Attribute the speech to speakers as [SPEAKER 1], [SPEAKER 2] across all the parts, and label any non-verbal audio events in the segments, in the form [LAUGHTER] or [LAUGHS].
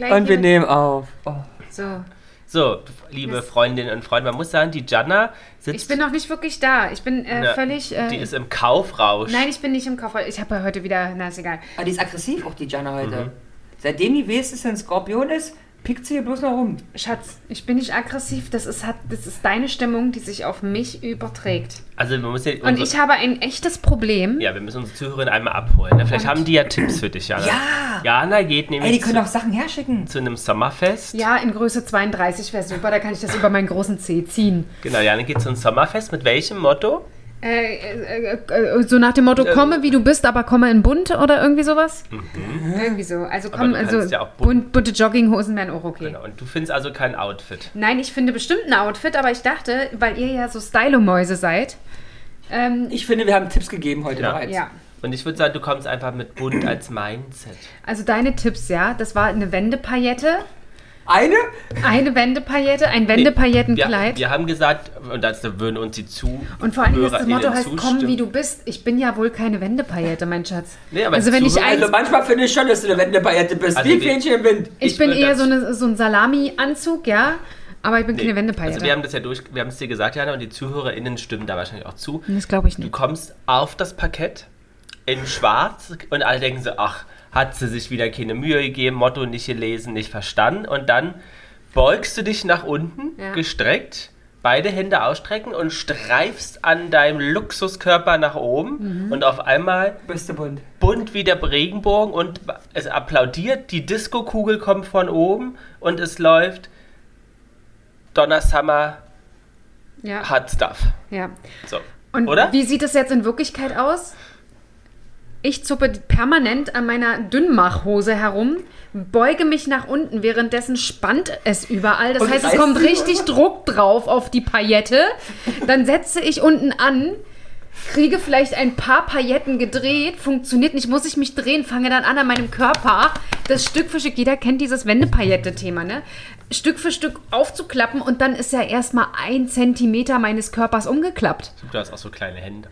[SPEAKER 1] Gleich
[SPEAKER 2] Und wir
[SPEAKER 1] wieder-
[SPEAKER 2] nehmen auf. Oh.
[SPEAKER 1] So.
[SPEAKER 3] So, liebe Freundinnen und Freunde, man muss sagen, die Jana sitzt.
[SPEAKER 1] Ich bin noch nicht wirklich da. Ich bin äh,
[SPEAKER 3] Na,
[SPEAKER 1] völlig. Äh,
[SPEAKER 3] die ist im Kaufrausch.
[SPEAKER 1] nein, ich bin nicht im Koffer. Ich habe ja heute wieder. Na, ist egal.
[SPEAKER 2] Aber Ah, die ist aggressiv, auch die Jana heute. Seitdem die weiß, dass sie ein Skorpion ist, pickt sie hier bloß noch rum.
[SPEAKER 1] Schatz, ich bin nicht aggressiv. Das ist, hat, das ist deine Stimmung, die sich auf mich überträgt.
[SPEAKER 3] Also, man muss ja. Unsere,
[SPEAKER 1] Und ich habe ein echtes Problem.
[SPEAKER 3] ja, wir müssen unsere Zuhörerin einmal abholen. Ne? Vielleicht haben die ja Tipps für dich, Jana.
[SPEAKER 2] Ja!
[SPEAKER 3] Jana geht nämlich
[SPEAKER 2] Ey, die können
[SPEAKER 3] zu,
[SPEAKER 2] auch Sachen herschicken.
[SPEAKER 3] zu einem Sommerfest.
[SPEAKER 1] Ja, in Größe 32 wäre super. Da kann ich das über meinen großen C ziehen.
[SPEAKER 3] Genau, Jana geht zu einem Sommerfest. Mit welchem Motto?
[SPEAKER 1] Äh, äh, äh, äh, so nach dem Motto:
[SPEAKER 3] Äh.
[SPEAKER 1] komme wie du bist, aber komme in bunt oder irgendwie sowas. Irgendwie so. Also komm,
[SPEAKER 3] Mhm. du
[SPEAKER 1] also
[SPEAKER 3] kannst ja auch
[SPEAKER 1] bunt,
[SPEAKER 3] bunt.
[SPEAKER 1] bunte Jogginghosen wären auch okay.
[SPEAKER 3] Genau. Und du findest also kein Outfit.
[SPEAKER 1] Nein, ich finde bestimmt ein Outfit, aber ich dachte, weil ihr ja so Stylo-Mäuse seid. Ähm,
[SPEAKER 2] Ich finde, wir haben Tipps gegeben heute
[SPEAKER 3] Ja.
[SPEAKER 2] bereits.
[SPEAKER 1] ja,
[SPEAKER 3] Und ich würde sagen, du kommst einfach mit bunt als Mindset.
[SPEAKER 1] also deine Tipps, ja. Das war eine Wendepaillette,
[SPEAKER 2] Eine?
[SPEAKER 1] eine Wendepaillette, ein
[SPEAKER 3] Wir,
[SPEAKER 1] Wendepaillettenkleid.
[SPEAKER 3] wir haben gesagt, und das würden uns die zu.
[SPEAKER 1] und vor allem, dass das Motto
[SPEAKER 3] HörerInnen
[SPEAKER 1] heißt, komm wie
[SPEAKER 3] zustimmen.
[SPEAKER 1] du bist. Ich bin ja wohl keine Wendepaillette, mein Schatz.
[SPEAKER 3] Nee, aber
[SPEAKER 1] also wenn ich
[SPEAKER 3] Zuhörer-
[SPEAKER 1] eins,
[SPEAKER 2] Also manchmal finde ich schon, dass du eine Wendepaillette bist.
[SPEAKER 3] Also
[SPEAKER 2] Wie
[SPEAKER 3] die-
[SPEAKER 2] Fähnchen im Wind.
[SPEAKER 1] ich,
[SPEAKER 3] ich
[SPEAKER 1] bin
[SPEAKER 3] würd
[SPEAKER 1] eher
[SPEAKER 3] das-
[SPEAKER 1] so, eine, so ein Salami-Anzug, ja. Aber ich bin keine Wendepaillette.
[SPEAKER 3] Also wir haben das ja durch, wir haben es dir gesagt, Jana, und die ZuhörerInnen stimmen da wahrscheinlich auch zu.
[SPEAKER 1] das glaube ich
[SPEAKER 3] Du
[SPEAKER 1] nicht.
[SPEAKER 3] kommst auf das Parkett in schwarz und alle denken so, ach, hat sie sich wieder keine Mühe gegeben, Motto nicht gelesen, nicht verstanden. Und dann beugst du dich nach unten,
[SPEAKER 1] Ja.
[SPEAKER 3] gestreckt, beide Hände ausstrecken und streifst an deinem Luxuskörper nach oben
[SPEAKER 1] Mhm.
[SPEAKER 3] und auf einmal
[SPEAKER 2] Bist du bunt.
[SPEAKER 3] bunt wie der Regenbogen und es applaudiert. Die Disco-Kugel kommt von oben und es läuft Donner Summer
[SPEAKER 1] Ja,
[SPEAKER 3] Hard Stuff.
[SPEAKER 1] ja.
[SPEAKER 3] So.
[SPEAKER 1] Und
[SPEAKER 3] Oder?
[SPEAKER 1] wie sieht das jetzt in Wirklichkeit aus? Ich zuppe permanent an meiner Dünnmachhose herum, beuge mich nach unten, währenddessen spannt es überall. Das
[SPEAKER 2] Und
[SPEAKER 1] heißt, es
[SPEAKER 2] reißt
[SPEAKER 1] kommt
[SPEAKER 2] sie,
[SPEAKER 1] richtig Druck drauf auf die Paillette. Dann setze ich unten an, kriege vielleicht ein paar Pailletten gedreht, funktioniert nicht, muss ich mich drehen, fange dann an an meinem Körper. Das Stück für Stück, jeder kennt dieses Wendepaillette-Thema, ne? Stück für Stück aufzuklappen und dann ist ja erstmal ein Zentimeter meines Körpers umgeklappt.
[SPEAKER 3] Du hast auch so kleine Hände.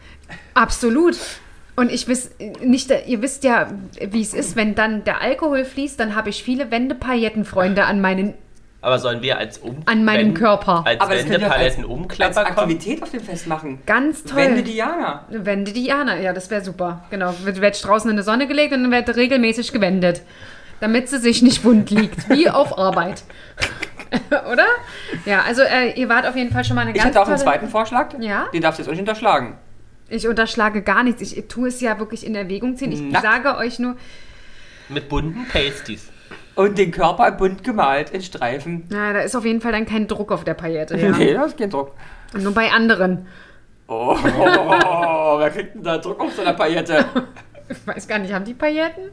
[SPEAKER 1] Absolut. Und ich wiss nicht, ihr wisst ja, wie es ist, wenn dann der Alkohol fließt, dann habe ich viele Wendepaillettenfreunde an meinen.
[SPEAKER 3] Aber sollen wir als um
[SPEAKER 1] An meinem Körper.
[SPEAKER 3] Als
[SPEAKER 2] Aber das können wir auch als-
[SPEAKER 3] Wendepaletten
[SPEAKER 2] Als
[SPEAKER 3] umklapper kommen?
[SPEAKER 2] Aktivität auf dem Fest machen.
[SPEAKER 1] Ganz toll.
[SPEAKER 2] Wende Diana.
[SPEAKER 1] Wende Diana, ja, das wäre super. Genau, wird, wird draußen in der Sonne gelegt und dann wird regelmäßig gewendet, damit sie sich nicht wund liegt,
[SPEAKER 2] [LAUGHS]
[SPEAKER 1] wie auf Arbeit. [LAUGHS] Oder? Ja, also äh, ihr wart auf jeden Fall schon mal eine
[SPEAKER 2] Ich
[SPEAKER 1] ganz
[SPEAKER 2] hatte auch einen
[SPEAKER 1] tolle...
[SPEAKER 2] zweiten Vorschlag.
[SPEAKER 1] Ja?
[SPEAKER 2] Den darfst du jetzt euch unterschlagen.
[SPEAKER 1] Ich unterschlage gar nichts. Ich tue es ja wirklich in Erwägung ziehen. Ich
[SPEAKER 2] Na.
[SPEAKER 1] sage euch nur,
[SPEAKER 3] Mit bunten Pasties.
[SPEAKER 2] Und den Körper bunt gemalt in Streifen.
[SPEAKER 1] na, da ist auf jeden Fall dann kein Druck auf der Paillette. Ja.
[SPEAKER 2] [LAUGHS] Nee, das ist kein Druck.
[SPEAKER 1] Nur bei anderen.
[SPEAKER 2] Oh, [LAUGHS] wer kriegt denn da Druck auf so einer Paillette?
[SPEAKER 1] Ich weiß gar nicht, haben die Pailletten?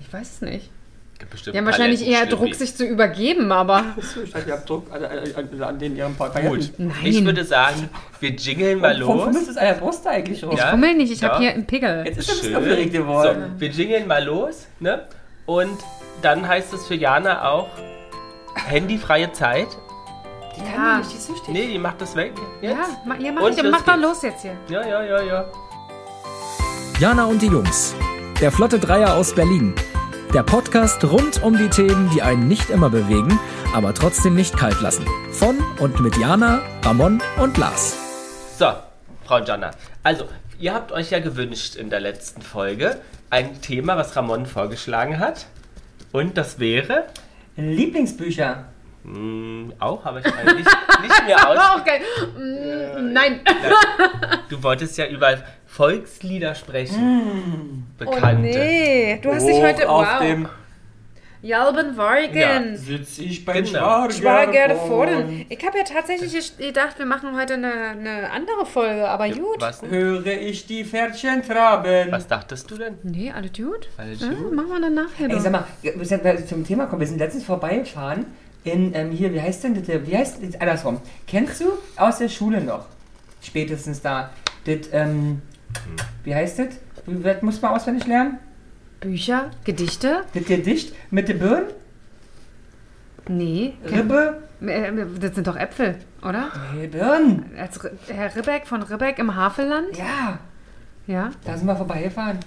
[SPEAKER 1] Ich weiß es nicht.
[SPEAKER 3] Gibt bestimmt
[SPEAKER 1] Die haben wahrscheinlich eher
[SPEAKER 3] Palettenschlippi.
[SPEAKER 1] Druck, sich zu übergeben, aber.
[SPEAKER 2] Ich dachte, halt, ihr habt Druck an, an, an, an den ihren paar
[SPEAKER 3] Gut.
[SPEAKER 2] Pailletten.
[SPEAKER 3] Ich würde sagen, wir jingeln mal
[SPEAKER 2] Warum
[SPEAKER 3] los.
[SPEAKER 2] fummelst du es an der Brust eigentlich rum?
[SPEAKER 3] Ja.
[SPEAKER 1] Fummel nicht, ich
[SPEAKER 3] Ja.
[SPEAKER 1] habe hier einen Pickel.
[SPEAKER 2] Jetzt ist er ein bisschen
[SPEAKER 3] Schön.
[SPEAKER 2] aufgeregt geworden.
[SPEAKER 3] So, wir jingeln mal los, ne? Und dann heißt es für Jana auch handyfreie Zeit.
[SPEAKER 2] Die kann
[SPEAKER 1] Ja.
[SPEAKER 2] doch nicht, die ist süchtig.
[SPEAKER 3] Nee, die macht das weg. Jetzt.
[SPEAKER 1] Ja, ma- ihr macht,
[SPEAKER 3] Und
[SPEAKER 1] ihr
[SPEAKER 3] los
[SPEAKER 1] macht doch
[SPEAKER 3] geht's.
[SPEAKER 1] los jetzt hier.
[SPEAKER 3] Ja, ja, ja, ja.
[SPEAKER 4] Jana und die Jungs. Der Flotte Dreier aus Berlin. Der Podcast rund um die Themen, die einen nicht immer bewegen, aber trotzdem nicht kalt lassen. Von und mit Jana, Ramon und Lars.
[SPEAKER 3] So, Frau Janna. Also, ihr habt euch ja gewünscht in der letzten Folge ein Thema, was Ramon vorgeschlagen hat. Und das wäre
[SPEAKER 2] Lieblingsbücher.
[SPEAKER 3] mh, auch, aber ich weiß nicht,
[SPEAKER 2] [LAUGHS]
[SPEAKER 3] nicht mehr aus.
[SPEAKER 1] Oh, okay. Mm, nein.
[SPEAKER 3] Du wolltest ja über Volkslieder sprechen.
[SPEAKER 2] Mm. Oh,
[SPEAKER 3] Bekannte.
[SPEAKER 1] Oh, Du
[SPEAKER 2] Hoch auf dem
[SPEAKER 1] Jalben Wargen.
[SPEAKER 2] sitz ich beim
[SPEAKER 3] Genau.
[SPEAKER 2] Schwager
[SPEAKER 1] Ich habe ja tatsächlich gedacht, wir machen heute eine, eine andere Folge, aber gut.
[SPEAKER 3] Was, denn?
[SPEAKER 2] Höre ich die Pferdchen traben.
[SPEAKER 3] was dachtest du denn?
[SPEAKER 1] Nee, alles gut.
[SPEAKER 3] Alles
[SPEAKER 1] Ja,
[SPEAKER 3] gut.
[SPEAKER 1] machen wir dann nachher.
[SPEAKER 2] Ey,
[SPEAKER 1] noch.
[SPEAKER 2] sag mal, wir müssen ja zum Thema kommen. Wir sind letztens vorbeigefahren in, ähm, hier, wie heißt denn das? Wie heißt das? Andersrum. Kennst du aus der Schule noch? Spätestens da. Das, ähm, wie heißt das? Wie- Das muss man auswendig lernen?
[SPEAKER 1] Bücher, Gedichte?
[SPEAKER 2] Das Gedicht mit den Birnen,
[SPEAKER 1] Nee.
[SPEAKER 2] Ribbe,
[SPEAKER 1] Äh, Das sind doch Äpfel, oder?
[SPEAKER 2] hey, Birnen.
[SPEAKER 1] Als R- Herr Ribbeck von Ribbeck im Havelland?
[SPEAKER 2] Ja,
[SPEAKER 1] Ja.
[SPEAKER 2] da sind wir vorbeigefahren.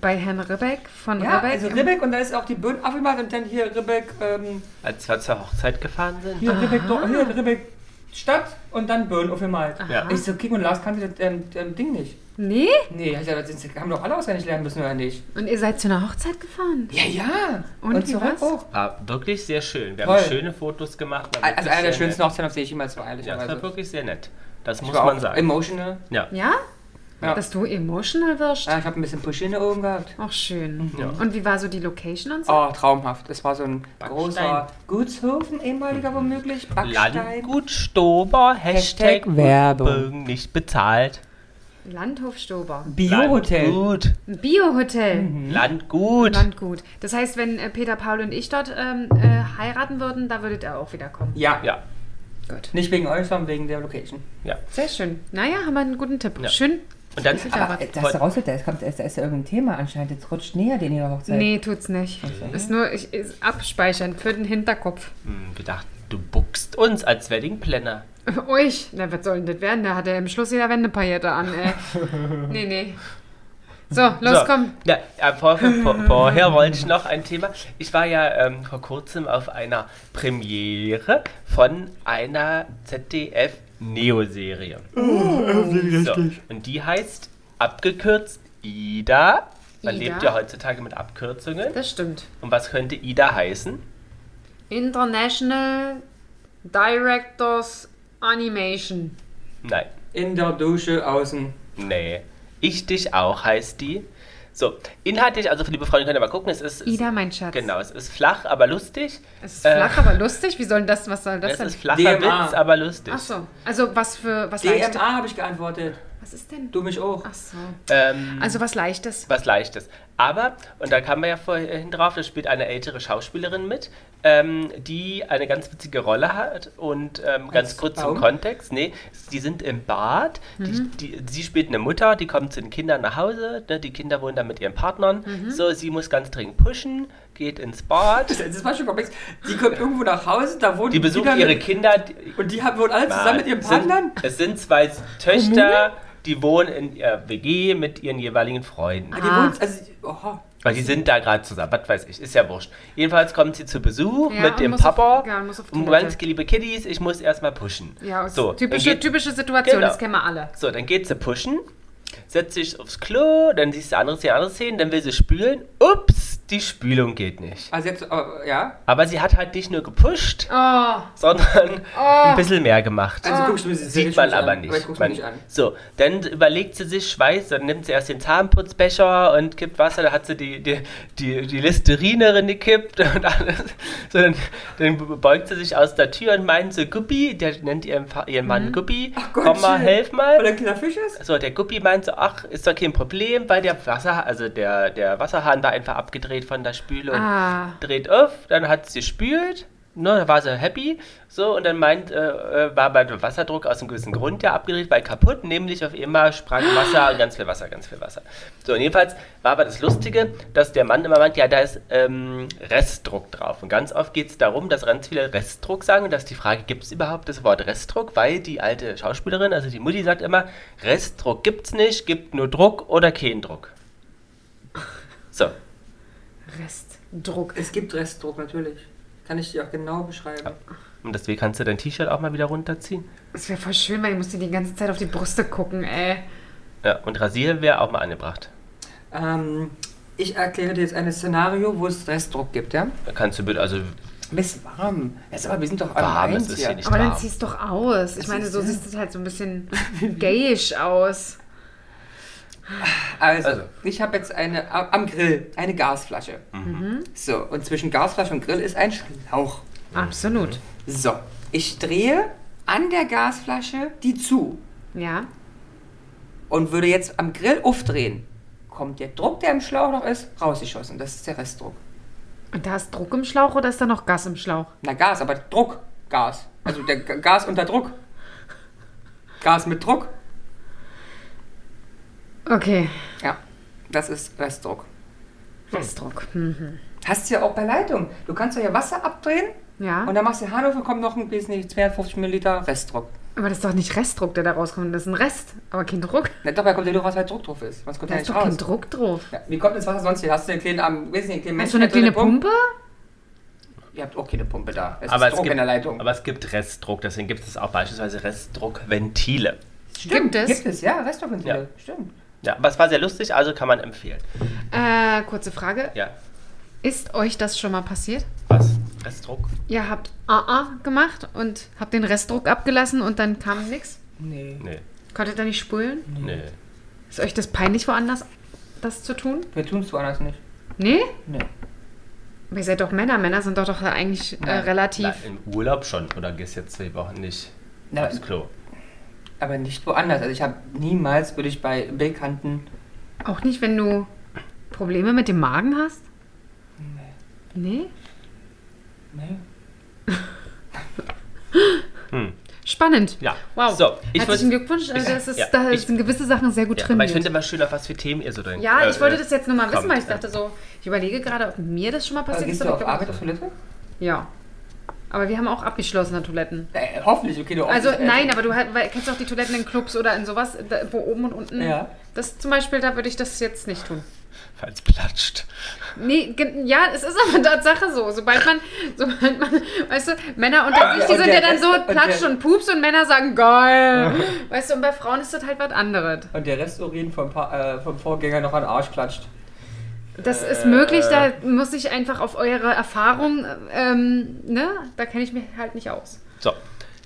[SPEAKER 1] Bei Herrn Ribbeck von
[SPEAKER 2] Ja,
[SPEAKER 1] Ribbeck.
[SPEAKER 2] also Ribbeck und da ist auch die Böden abgemacht und dann hier Ribbeck, ähm,
[SPEAKER 3] Als wir zur Hochzeit gefahren sind.
[SPEAKER 2] hier Ribbeck, Dor- hier Ribbeck Stadt und dann Böden aufgemalt.
[SPEAKER 3] Ja.
[SPEAKER 2] Ich so, King und Lars kannte das ähm, ähm, Ding nicht.
[SPEAKER 1] nee?
[SPEAKER 2] Nee, also, das haben doch alle auswendig lernen müssen, oder nicht?
[SPEAKER 1] Und ihr seid zu einer Hochzeit gefahren?
[SPEAKER 2] Ja, ja.
[SPEAKER 1] Und wie war's?
[SPEAKER 2] auch.
[SPEAKER 3] War wirklich sehr schön. Wir
[SPEAKER 2] Toll.
[SPEAKER 3] haben schöne Fotos gemacht. war
[SPEAKER 2] Also
[SPEAKER 3] wirklich
[SPEAKER 2] einer der
[SPEAKER 3] sehr
[SPEAKER 2] schönsten
[SPEAKER 3] nett.
[SPEAKER 2] Hochzeiten, auf die ich jemals war, ehrlich.
[SPEAKER 3] Ja, das war wirklich sehr nett. Das muss
[SPEAKER 2] war
[SPEAKER 3] man
[SPEAKER 2] auch
[SPEAKER 3] sagen.
[SPEAKER 2] Emotional.
[SPEAKER 3] Ja.
[SPEAKER 1] Ja?
[SPEAKER 2] Ja.
[SPEAKER 1] Dass du emotional wirst?
[SPEAKER 2] Ja, ich habe ein bisschen Push in den Augen gehabt.
[SPEAKER 1] Auch schön.
[SPEAKER 3] Ja.
[SPEAKER 1] Und wie war so die Location und so?
[SPEAKER 2] Oh, traumhaft. Das war so ein
[SPEAKER 3] Backstein. Mhm.
[SPEAKER 2] großer Gutshofen, ehemaliger womöglich. Backstein.
[SPEAKER 3] Landgut Stober, Hashtag,
[SPEAKER 2] Hashtag Werbung.
[SPEAKER 3] Rückbögen nicht bezahlt.
[SPEAKER 1] Landhof Stober.
[SPEAKER 2] Bio-Hotel.
[SPEAKER 3] Landgut.
[SPEAKER 1] Ein Bio-Hotel.
[SPEAKER 3] Mhm.
[SPEAKER 2] Mhm.
[SPEAKER 3] Landgut.
[SPEAKER 1] Landgut. Das heißt, wenn äh, Peter, Paul und ich dort ähm, äh, heiraten würden, da würdet ihr auch wieder kommen.
[SPEAKER 2] Ja.
[SPEAKER 3] Ja,
[SPEAKER 1] Gut.
[SPEAKER 2] Nicht wegen euch, sondern wegen der Location.
[SPEAKER 1] Sehr schön. Naja, haben wir einen guten Tipp.
[SPEAKER 3] Ja.
[SPEAKER 1] Schön.
[SPEAKER 3] und dann
[SPEAKER 1] Ja, aber-
[SPEAKER 2] das hast du rausgehört, da ist, kommt, da ist da ist ja irgendein Thema anscheinend. Jetzt rutscht näher den ihrer Hochzeit.
[SPEAKER 1] Nee, tut's nicht. Ist nur ich, ist abspeichern für den Hinterkopf.
[SPEAKER 3] Hm, wir dachten, du buchst uns als Wedding Planner.
[SPEAKER 1] Euch? Na, was soll denn das werden? Da hat er im Schluss jeder Wendepaillette an, ey. nee, nee. So, los,
[SPEAKER 3] So.
[SPEAKER 1] komm.
[SPEAKER 3] Ja, äh, vor, vor, vorher wollte ich noch ein Thema. Ich war ja ähm, vor kurzem auf einer Premiere von einer ZDF Neo-Serie. so, und die heißt abgekürzt Ida. Man
[SPEAKER 1] Ida.
[SPEAKER 3] lebt ja heutzutage mit Abkürzungen.
[SPEAKER 1] Das stimmt.
[SPEAKER 3] Und was könnte Ida heißen?
[SPEAKER 1] International Directors Animation.
[SPEAKER 3] Nein.
[SPEAKER 2] In der Dusche außen.
[SPEAKER 3] Nee. Ich dich auch heißt die. So, inhaltlich, also liebe Freunde, könnt ihr mal gucken, es ist.
[SPEAKER 1] Ida, mein Schatz.
[SPEAKER 3] Genau, es ist flach, aber lustig.
[SPEAKER 1] Es ist
[SPEAKER 3] Äh,
[SPEAKER 1] flach, aber lustig. Wie soll denn das, was soll das
[SPEAKER 3] Es
[SPEAKER 1] denn?
[SPEAKER 3] ist flacher
[SPEAKER 2] DMA.
[SPEAKER 3] Witz, aber lustig.
[SPEAKER 1] Ach so. Also, was für, was leichtes.
[SPEAKER 2] DMA habe ich geantwortet.
[SPEAKER 1] Was ist denn?
[SPEAKER 2] Du mich auch.
[SPEAKER 1] Ach so.
[SPEAKER 3] Ähm,
[SPEAKER 1] Also, was leichtes.
[SPEAKER 3] was Leichtes. Aber, und da kamen wir ja vorhin drauf, da spielt eine ältere Schauspielerin mit, ähm, die eine ganz witzige Rolle hat. Und ähm, ganz kurz
[SPEAKER 2] Baum?
[SPEAKER 3] zum Kontext, nee, die sind im Bad, die, die, sie spielt eine Mutter, die kommt zu den Kindern nach Hause, ne, die Kinder wohnen dann mit ihren Partnern. So, sie muss ganz dringend pushen, geht
[SPEAKER 2] [LAUGHS]
[SPEAKER 3] ins Bad.
[SPEAKER 2] Das ist mal schon komplex. Die kommt irgendwo nach Hause, da wohnen
[SPEAKER 3] Die besuchen
[SPEAKER 2] Kinder
[SPEAKER 3] ihre
[SPEAKER 2] mit-
[SPEAKER 3] Kinder. die-
[SPEAKER 2] Und die haben, wohnen alle zusammen mit ihren
[SPEAKER 3] Es sind-
[SPEAKER 2] Partnern?
[SPEAKER 3] Es sind zwei Töchter, die wohnen in ihrer WG mit ihren jeweiligen Freunden.
[SPEAKER 2] Ah, die wohnen, also, oha.
[SPEAKER 3] Weil die sind da gerade zusammen, was weiß ich, ist ja wurscht. Jedenfalls kommt sie zu Besuch
[SPEAKER 1] Ja,
[SPEAKER 3] mit
[SPEAKER 1] und
[SPEAKER 3] dem
[SPEAKER 1] muss auf-
[SPEAKER 3] Papa.
[SPEAKER 1] ja, und muss auf
[SPEAKER 3] und
[SPEAKER 1] Toilette.
[SPEAKER 3] ganz liebe Kiddies, ich muss erstmal pushen.
[SPEAKER 1] Ja, es
[SPEAKER 3] so,
[SPEAKER 1] ist typische,
[SPEAKER 3] dann geht-
[SPEAKER 1] typische Situation,
[SPEAKER 3] Genau.
[SPEAKER 1] das kennen wir alle.
[SPEAKER 3] So, dann geht sie pushen, setzt sich aufs Klo, dann siehst du andere Szenen, andere Szenen, dann will sie spülen. Ups, die Spülung geht nicht.
[SPEAKER 2] Also jetzt, äh, ja.
[SPEAKER 3] Aber sie hat halt nicht nur gepusht,
[SPEAKER 1] Oh,
[SPEAKER 3] sondern ein bisschen mehr gemacht.
[SPEAKER 1] Ah.
[SPEAKER 2] Also guckst du mir diese Serie
[SPEAKER 3] Sieht
[SPEAKER 2] schon
[SPEAKER 3] man aber
[SPEAKER 2] an,
[SPEAKER 3] nicht.
[SPEAKER 2] Aber ich guck's mir
[SPEAKER 3] Man,
[SPEAKER 2] nicht an.
[SPEAKER 3] So, dann überlegt sie sich, schweißt, dann nimmt sie erst den Zahnputzbecher und kippt Wasser, da hat sie die, die, die, die Listerinerin gekippt und alles. So, dann, dann beugt sie sich aus der Tür und meint so, Guppi, der nennt ihren, Fa- ihren Mann Guppi, komm mal,
[SPEAKER 2] Mhm. schön.
[SPEAKER 3] helf
[SPEAKER 2] Weil er
[SPEAKER 3] mal.
[SPEAKER 2] ein kleiner Fisch ist?
[SPEAKER 3] So, der Guppi meint so, ach, ist doch kein Problem, weil der Wasser, also der, der Wasserhahn war einfach abgedreht von der Spüle und
[SPEAKER 1] ah.
[SPEAKER 3] dreht auf, dann hat sie gespült, ne, da war sie happy, so, und dann meint, äh, äh, war bei dem Wasserdruck aus einem gewissen Grund ja abgedreht, weil kaputt, nämlich auf immer sprang Wasser, ganz viel Wasser, ganz viel Wasser. So, und jedenfalls war aber das Lustige, dass der Mann immer meint, ja, da ist ähm, Restdruck drauf. Und ganz oft geht es darum, dass ganz viele Restdruck sagen und dass die Frage, gibt es überhaupt das Wort Restdruck, weil die alte Schauspielerin, also die Mutti, sagt immer, Restdruck gibt's nicht, gibt nur Druck oder keinen Druck. So,
[SPEAKER 1] Restdruck.
[SPEAKER 2] Es gibt Restdruck, natürlich. Kann ich dir auch genau beschreiben.
[SPEAKER 3] und deswegen kannst du dein T-Shirt auch mal wieder runterziehen.
[SPEAKER 1] Das wäre voll schön, weil ich muss dir die ganze Zeit auf die Brüste gucken, ey.
[SPEAKER 3] Ja, und Rasieren wäre auch mal angebracht.
[SPEAKER 2] Ähm, ich erkläre dir jetzt ein Szenario, wo es Restdruck gibt, ja?
[SPEAKER 3] Da kannst du bitte, also
[SPEAKER 2] Ein bisschen warm. Jetzt aber wir sind doch
[SPEAKER 3] Warm,
[SPEAKER 2] am
[SPEAKER 3] es
[SPEAKER 2] Eins
[SPEAKER 3] ist hier nicht-
[SPEAKER 1] Aber dann
[SPEAKER 3] warm.
[SPEAKER 1] ziehst doch aus. Ich meine,
[SPEAKER 2] ist
[SPEAKER 1] so
[SPEAKER 2] ja-
[SPEAKER 1] siehst du halt so ein bisschen gayisch aus.
[SPEAKER 2] Also,
[SPEAKER 3] Also.
[SPEAKER 2] ich habe jetzt eine am am Grill, eine Gasflasche.
[SPEAKER 3] Mhm.
[SPEAKER 2] So, und zwischen Gasflasche und Grill ist ein Schlauch.
[SPEAKER 1] Absolut.
[SPEAKER 2] So, ich drehe an der Gasflasche die zu
[SPEAKER 1] Ja.
[SPEAKER 2] und würde jetzt am Grill aufdrehen. Kommt der Druck, der im Schlauch noch ist, rausgeschossen. Das ist der Restdruck.
[SPEAKER 1] Und da ist Druck im Schlauch oder ist da noch Gas im Schlauch?
[SPEAKER 2] Na, Gas, aber Druck, Gas. Also der G- Gas unter Druck. Gas mit Druck.
[SPEAKER 1] Okay.
[SPEAKER 2] Ja, das ist Restdruck.
[SPEAKER 1] Restdruck. Hm.
[SPEAKER 2] Hast du ja auch bei Leitung. Du kannst ja hier Wasser abdrehen
[SPEAKER 1] Ja.
[SPEAKER 2] und dann machst du Hannover, kommt noch ein bisschen 250 Milliliter Restdruck.
[SPEAKER 1] Aber das ist doch nicht Restdruck, der da rauskommt. Das ist ein Rest, aber kein Druck.
[SPEAKER 2] Na doch, er kommt ja nur raus, weil Druck drauf ist. Sonst kommt
[SPEAKER 1] Da
[SPEAKER 2] er
[SPEAKER 1] ist
[SPEAKER 2] nicht
[SPEAKER 1] doch kein
[SPEAKER 2] raus.
[SPEAKER 1] Druck drauf.
[SPEAKER 2] Ja, wie kommt das Wasser sonst hier? Hast du einen kleinen, ähm, weiß nicht, einen kleinen
[SPEAKER 1] Hast du eine
[SPEAKER 2] der drin
[SPEAKER 1] kleine Pumpe?
[SPEAKER 2] pumpt? Ihr habt auch keine Pumpe da. Es
[SPEAKER 3] Aber
[SPEAKER 2] ist
[SPEAKER 3] es,
[SPEAKER 2] Druck
[SPEAKER 3] gibt,
[SPEAKER 2] in der Leitung.
[SPEAKER 3] aber es gibt Restdruck, deswegen gibt es auch beispielsweise Restdruckventile.
[SPEAKER 1] Stimmt es?
[SPEAKER 2] Gibt es, ja, Restaurantwentile.
[SPEAKER 3] Ja.
[SPEAKER 2] Stimmt.
[SPEAKER 3] Ja, aber es war sehr lustig, also kann man empfehlen.
[SPEAKER 1] Äh, kurze Frage.
[SPEAKER 3] Ja,
[SPEAKER 1] Ist euch das schon mal passiert?
[SPEAKER 3] was? Restdruck?
[SPEAKER 1] Ihr habt AA gemacht und habt den Restdruck abgelassen und dann kam nichts?
[SPEAKER 2] Nee.
[SPEAKER 3] Nee,
[SPEAKER 1] Konntet ihr nicht spulen?
[SPEAKER 3] nee.
[SPEAKER 1] Ist euch das peinlich, woanders das zu tun?
[SPEAKER 2] Wir tun es woanders nicht.
[SPEAKER 1] Nee?
[SPEAKER 2] Nee.
[SPEAKER 1] Aber ihr seid doch Männer. Männer sind doch, doch eigentlich äh,
[SPEAKER 2] Nein.
[SPEAKER 1] relativ.
[SPEAKER 3] Na, Im Urlaub schon, oder gehst jetzt zwei Wochen nicht
[SPEAKER 2] Na,
[SPEAKER 3] aufs Klo?
[SPEAKER 2] aber nicht woanders. Also ich habe niemals, würde ich bei Bekannten...
[SPEAKER 1] Auch nicht, wenn du Probleme mit dem Magen hast? Nee. Nee?
[SPEAKER 2] Nee.
[SPEAKER 1] Spannend.
[SPEAKER 3] Ja.
[SPEAKER 1] Wow.
[SPEAKER 3] So, ich
[SPEAKER 1] Herzlichen
[SPEAKER 3] würd-
[SPEAKER 1] Glückwunsch. Äh,
[SPEAKER 3] ich-
[SPEAKER 1] Das ist,
[SPEAKER 3] ja,
[SPEAKER 1] da
[SPEAKER 3] ich-
[SPEAKER 1] sind gewisse Sachen sehr gut
[SPEAKER 3] Ja,
[SPEAKER 1] drin.
[SPEAKER 3] aber ich finde immer schön, auf was für Themen ihr so drin
[SPEAKER 1] ja, ich
[SPEAKER 3] äh,
[SPEAKER 1] wollte das jetzt nur mal wissen,
[SPEAKER 3] kommt,
[SPEAKER 1] weil ich
[SPEAKER 3] äh.
[SPEAKER 1] dachte so, ich überlege gerade, ob mir das schon mal
[SPEAKER 2] Also
[SPEAKER 1] passiert
[SPEAKER 2] gehst
[SPEAKER 1] ist.
[SPEAKER 2] du
[SPEAKER 1] aber
[SPEAKER 2] auf
[SPEAKER 1] ich glaub-
[SPEAKER 2] Arbeit auf Toilette?
[SPEAKER 1] Ja. Aber wir haben auch abgeschlossene Toiletten.
[SPEAKER 2] Äh, hoffentlich, okay, du
[SPEAKER 1] Also
[SPEAKER 2] hoffentlich, äh,
[SPEAKER 1] nein, aber du halt- weil, kennst du auch die Toiletten in Clubs oder in sowas, da, wo oben und unten.
[SPEAKER 2] Ja.
[SPEAKER 1] Das zum Beispiel, da würde ich das jetzt nicht tun.
[SPEAKER 3] äh, Falls platscht.
[SPEAKER 1] Nee, gen- ja, es ist aber [LAUGHS] Tatsache so. Sobald man, sobald man, weißt du, Männer unter sich, die
[SPEAKER 2] Und
[SPEAKER 1] sind ja
[SPEAKER 2] der
[SPEAKER 1] dann
[SPEAKER 2] Rest-
[SPEAKER 1] so
[SPEAKER 2] und
[SPEAKER 1] platsch
[SPEAKER 2] der-
[SPEAKER 1] und pups und Männer sagen geil. Weißt du, und bei Frauen ist das halt was anderes.
[SPEAKER 2] Und der Resturin vom, pa äh, vom Vorgänger noch an den Arsch klatscht.
[SPEAKER 1] Das
[SPEAKER 2] Äh.
[SPEAKER 1] ist möglich, da muss ich einfach auf eure Erfahrung, ähm, ne, da kenne ich mich halt nicht aus.
[SPEAKER 3] So,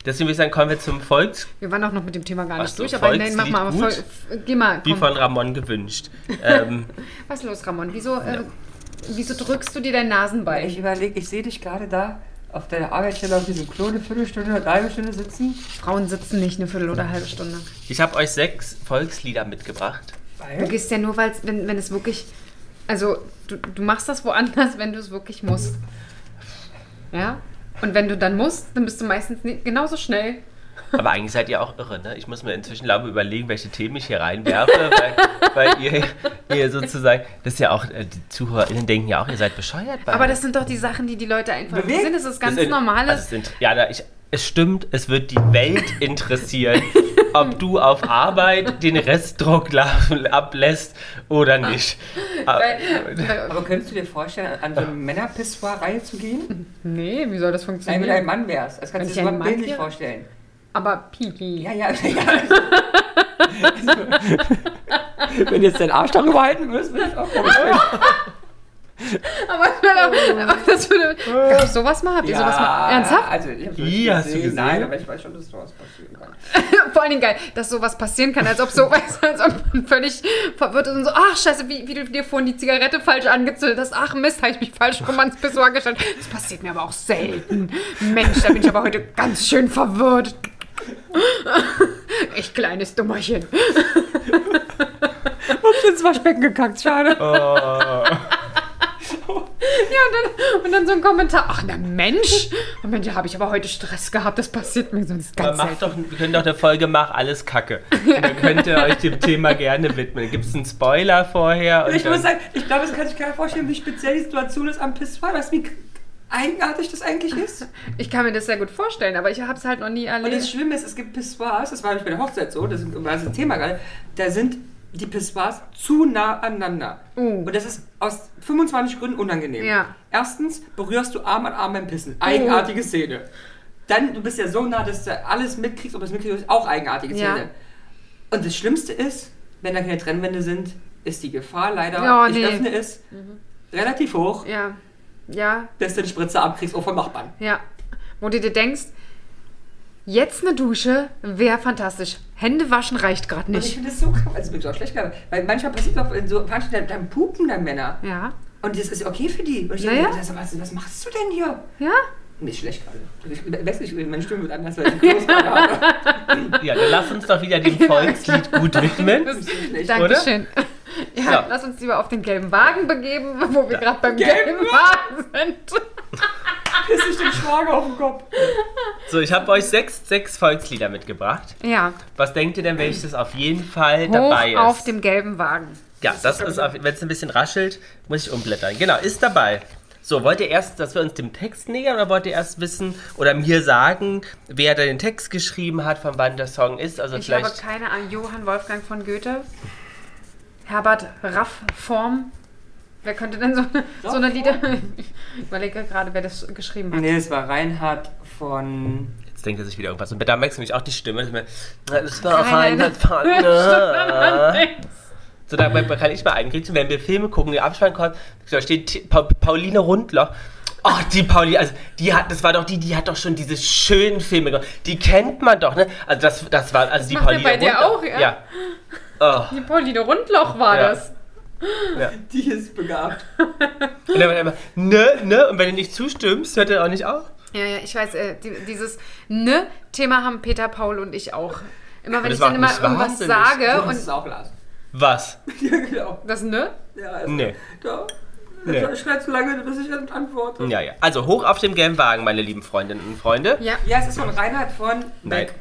[SPEAKER 3] deswegen würde ich sagen, kommen wir zum Volks,
[SPEAKER 1] Wir waren auch noch mit dem Thema gar
[SPEAKER 3] Ach
[SPEAKER 1] nicht
[SPEAKER 3] so,
[SPEAKER 1] durch, aber nein,
[SPEAKER 3] Volkslied
[SPEAKER 1] mach mal, aber
[SPEAKER 3] gut.
[SPEAKER 1] voll, geh mal,
[SPEAKER 3] wie
[SPEAKER 1] komm.
[SPEAKER 3] von Ramon gewünscht. ähm,
[SPEAKER 1] Was ist los, Ramon? Wieso, äh, wieso drückst du dir dein Nasenbein?
[SPEAKER 2] Ich überlege, ich sehe dich gerade da auf deiner Arbeitsstelle auf diesem Klo eine Viertelstunde oder eine halbe Stunde sitzen.
[SPEAKER 1] Frauen sitzen nicht eine Viertel oder eine halbe Stunde.
[SPEAKER 3] ich habe euch sechs Volkslieder mitgebracht.
[SPEAKER 1] Du gehst ja nur, weil's, wenn, wenn es wirklich. Also, du, du machst das woanders, wenn du es wirklich musst. Ja? Und wenn du dann musst, dann bist du meistens nicht genauso schnell.
[SPEAKER 3] Aber eigentlich seid ihr auch irre, ne? Ich muss mir inzwischen glaube überlegen, welche Themen ich
[SPEAKER 1] [LAUGHS]
[SPEAKER 3] hier reinwerfe, weil, weil ihr, ihr sozusagen, das ist ja auch, äh, die ZuhörerInnen denken ja auch, ihr seid bescheuert. Bei
[SPEAKER 1] Aber das sind doch die Sachen, die die Leute einfach
[SPEAKER 2] Bewegt.
[SPEAKER 1] sind. Es ist ganz
[SPEAKER 3] in- Also es
[SPEAKER 1] normales.
[SPEAKER 3] sind, ja, na, ich, es stimmt, es wird die Welt
[SPEAKER 1] [LAUGHS]
[SPEAKER 3] interessieren, ob du auf Arbeit den Restdruck la- ablässt oder nicht. Aber-
[SPEAKER 2] Aber könntest du dir vorstellen, an so eine Männerpissoir-Reihe
[SPEAKER 1] [LAUGHS]
[SPEAKER 2] zu gehen?
[SPEAKER 1] nee, wie soll das
[SPEAKER 2] Nein, wenn du ein
[SPEAKER 1] funktionieren?
[SPEAKER 2] Mann wärst. Das kannst
[SPEAKER 1] Wenn
[SPEAKER 2] du dir
[SPEAKER 1] ich ein
[SPEAKER 2] sogar
[SPEAKER 1] Mann
[SPEAKER 2] bildlich
[SPEAKER 1] wäre?
[SPEAKER 2] vorstellen.
[SPEAKER 1] Aber Pipi.
[SPEAKER 2] Ja, [LAUGHS] ja, ja. wenn du jetzt deinen Arsch darüber halten würdest, würde ich auch
[SPEAKER 1] [LAUGHS] Aber, aber das würde.
[SPEAKER 2] Oh.
[SPEAKER 1] Gab es sowas mal? Habt ihr sowas mal? Ernsthaft?
[SPEAKER 2] Also, ich hab's
[SPEAKER 3] I,
[SPEAKER 2] nicht
[SPEAKER 3] hast du gesehen?
[SPEAKER 2] Nein, aber ich weiß schon, dass sowas passieren
[SPEAKER 1] [LAUGHS]
[SPEAKER 2] kann.
[SPEAKER 1] Vor allen Dingen geil, dass sowas passieren kann, als ob so, [LAUGHS] weißt du, als ob man völlig verwirrt ist und so, ach scheiße, wie, wie du dir vorhin die Zigarette falsch angezündet hast, ach Mist, habe ich mich falsch rum ans Pissoir gestellt. Das passiert mir aber auch selten. Mensch, da bin ich aber heute ganz schön verwirrt. Ich kleines
[SPEAKER 2] [LAUGHS]
[SPEAKER 1] Dummerchen.
[SPEAKER 2] Ins Waschbecken gekackt, schade.
[SPEAKER 3] Oh.
[SPEAKER 1] Ja, und dann, und dann so ein Kommentar, ach na Mensch, oh Mensch, da habe ich aber heute Stress gehabt, das passiert mir sonst
[SPEAKER 3] Aber
[SPEAKER 1] ganz
[SPEAKER 3] macht
[SPEAKER 1] selten.
[SPEAKER 3] doch, wir können doch eine Folge Mach alles Kacke. Und dann könnt ihr euch dem Thema gerne widmen. Gibt es einen Spoiler vorher? Und
[SPEAKER 2] Ich
[SPEAKER 3] dann,
[SPEAKER 2] muss sagen, ich glaube, das kann sich keiner vorstellen, wie speziell die Situation ist am Pissoir. Weißt du, wie eigenartig das
[SPEAKER 1] [LAUGHS]
[SPEAKER 2] eigentlich ist?
[SPEAKER 1] Ich kann mir das sehr gut vorstellen, aber ich habe es halt noch nie
[SPEAKER 2] Und
[SPEAKER 1] erlebt.
[SPEAKER 2] das Schlimme ist, es gibt Pissoirs, das war nämlich bei der Hochzeit so, das war das Thema gerade, da sind die Pissoirs zu nah aneinander.
[SPEAKER 1] Uh.
[SPEAKER 2] Und das ist aus 25 Gründen unangenehm.
[SPEAKER 1] Ja. Uh.
[SPEAKER 2] Erstens berührst du Arm an Arm beim Pissen. Eigenartige Szene. Dann, du bist ja so nah, dass du alles mitkriegst, ob du es mitkriegst, auch eigenartige
[SPEAKER 1] Ja.
[SPEAKER 2] Szene. Und das Schlimmste ist, wenn da keine Trennwände sind, ist die Gefahr leider,
[SPEAKER 1] Ja,
[SPEAKER 2] ich
[SPEAKER 1] nee. Mhm.
[SPEAKER 2] öffne es, relativ hoch,
[SPEAKER 1] Ja, ja,
[SPEAKER 2] dass du den Spritzer abkriegst, auch vom Nachbarn.
[SPEAKER 1] Ja, wo du dir denkst, jetzt eine Dusche wäre fantastisch. Hände waschen reicht gerade
[SPEAKER 2] Und ich
[SPEAKER 1] nicht.
[SPEAKER 2] finde das so krass, also bin ich auch schlecht, glaube ich. weil manchmal passiert doch in so Veranstaltungen, dann, dann pupen dann Männer.
[SPEAKER 1] Ja,
[SPEAKER 2] Und das ist okay für die. Und ich
[SPEAKER 1] Naja.
[SPEAKER 2] denke, was, was machst du denn hier?
[SPEAKER 1] ja.
[SPEAKER 2] Mir ist schlecht gerade. Also, Ich weiß nicht, meine Stimme wird anders, weil ich einen [LAUGHS] Kloß habe.
[SPEAKER 3] ja, dann lass uns doch wieder
[SPEAKER 1] Genau.
[SPEAKER 3] dem Volkslied gut widmen.
[SPEAKER 2] Schlecht.
[SPEAKER 1] Dankeschön. [LAUGHS] Ja,
[SPEAKER 3] So.
[SPEAKER 1] lass uns lieber auf den gelben Wagen begeben, wo wir gerade beim
[SPEAKER 2] Gelben
[SPEAKER 1] gelben Wagen sind.
[SPEAKER 2] Piss ich den Schwager auf den Kopf.
[SPEAKER 3] So, ich habe euch sechs, sechs Volkslieder mitgebracht.
[SPEAKER 1] Ja,
[SPEAKER 3] Was denkt ihr denn, welches auf jeden Fall dabei
[SPEAKER 1] hoch
[SPEAKER 3] ist?
[SPEAKER 1] auf dem gelben Wagen.
[SPEAKER 3] ja, das ist, wenn es ein bisschen raschelt, muss ich umblättern. Genau, ist dabei. So, wollt ihr erst, dass wir uns dem Text nähern oder wollt ihr erst wissen oder mir sagen, wer da den Text geschrieben hat, von wann der Song ist? Also
[SPEAKER 1] Ich habe
[SPEAKER 3] vielleicht.
[SPEAKER 1] keine Ahnung. Johann Wolfgang von Goethe, Herbert Raff Form. Wer könnte denn so, so eine Lieder? Ich überlege gerade, wer das geschrieben hat.
[SPEAKER 2] Nee, das war Reinhard von.
[SPEAKER 3] Jetzt denkt er sich wieder irgendwas. Und da merkst du nämlich auch die Stimme. Das ist mir- Das war
[SPEAKER 1] Nein, nein, [LAUGHS]
[SPEAKER 3] Reinhard Partner. So, dabei kann ich mal eingreifen, wenn wir Filme gucken, die Abspann kommt, da steht T- Pa- Pauline Rundler. Ach, die Pauline, also die hat, das war doch die, die hat doch schon diese schönen Filme gemacht. Die kennt man doch, ne? Also das, das war, also die
[SPEAKER 1] macht er
[SPEAKER 3] Pauline
[SPEAKER 1] bei dir
[SPEAKER 3] Rundler.
[SPEAKER 1] auch, ja?
[SPEAKER 3] Ja. Oh.
[SPEAKER 1] Die Pauline Rundloch war
[SPEAKER 3] Ja.
[SPEAKER 1] das.
[SPEAKER 2] Die ist begabt.
[SPEAKER 3] Und dann war er immer, ne, ne, und wenn du nicht zustimmst, hört er auch nicht auf.
[SPEAKER 1] Ja, ja, ich weiß, äh, die, dieses Ne-Thema haben Peter, Paul und ich auch. Immer wenn
[SPEAKER 3] das
[SPEAKER 1] ich
[SPEAKER 3] war
[SPEAKER 1] dann immer
[SPEAKER 3] nicht
[SPEAKER 1] irgendwas
[SPEAKER 3] wahnsinnig.
[SPEAKER 1] sage
[SPEAKER 2] Und ist
[SPEAKER 1] und
[SPEAKER 2] auch Lars. [LAUGHS]
[SPEAKER 3] Was?
[SPEAKER 2] Ja, genau.
[SPEAKER 1] das Ne,
[SPEAKER 2] Ja, also,
[SPEAKER 3] Nee.
[SPEAKER 2] Da.
[SPEAKER 3] Nee.
[SPEAKER 2] da schreibst du lange, bis ich dann antworte.
[SPEAKER 3] Ja, ja. Also hoch auf dem gelben Wagen, meine lieben Freundinnen und Freunde.
[SPEAKER 1] ja,
[SPEAKER 2] Ja, es ist von Reinhard von
[SPEAKER 3] Nein.
[SPEAKER 2] Beck.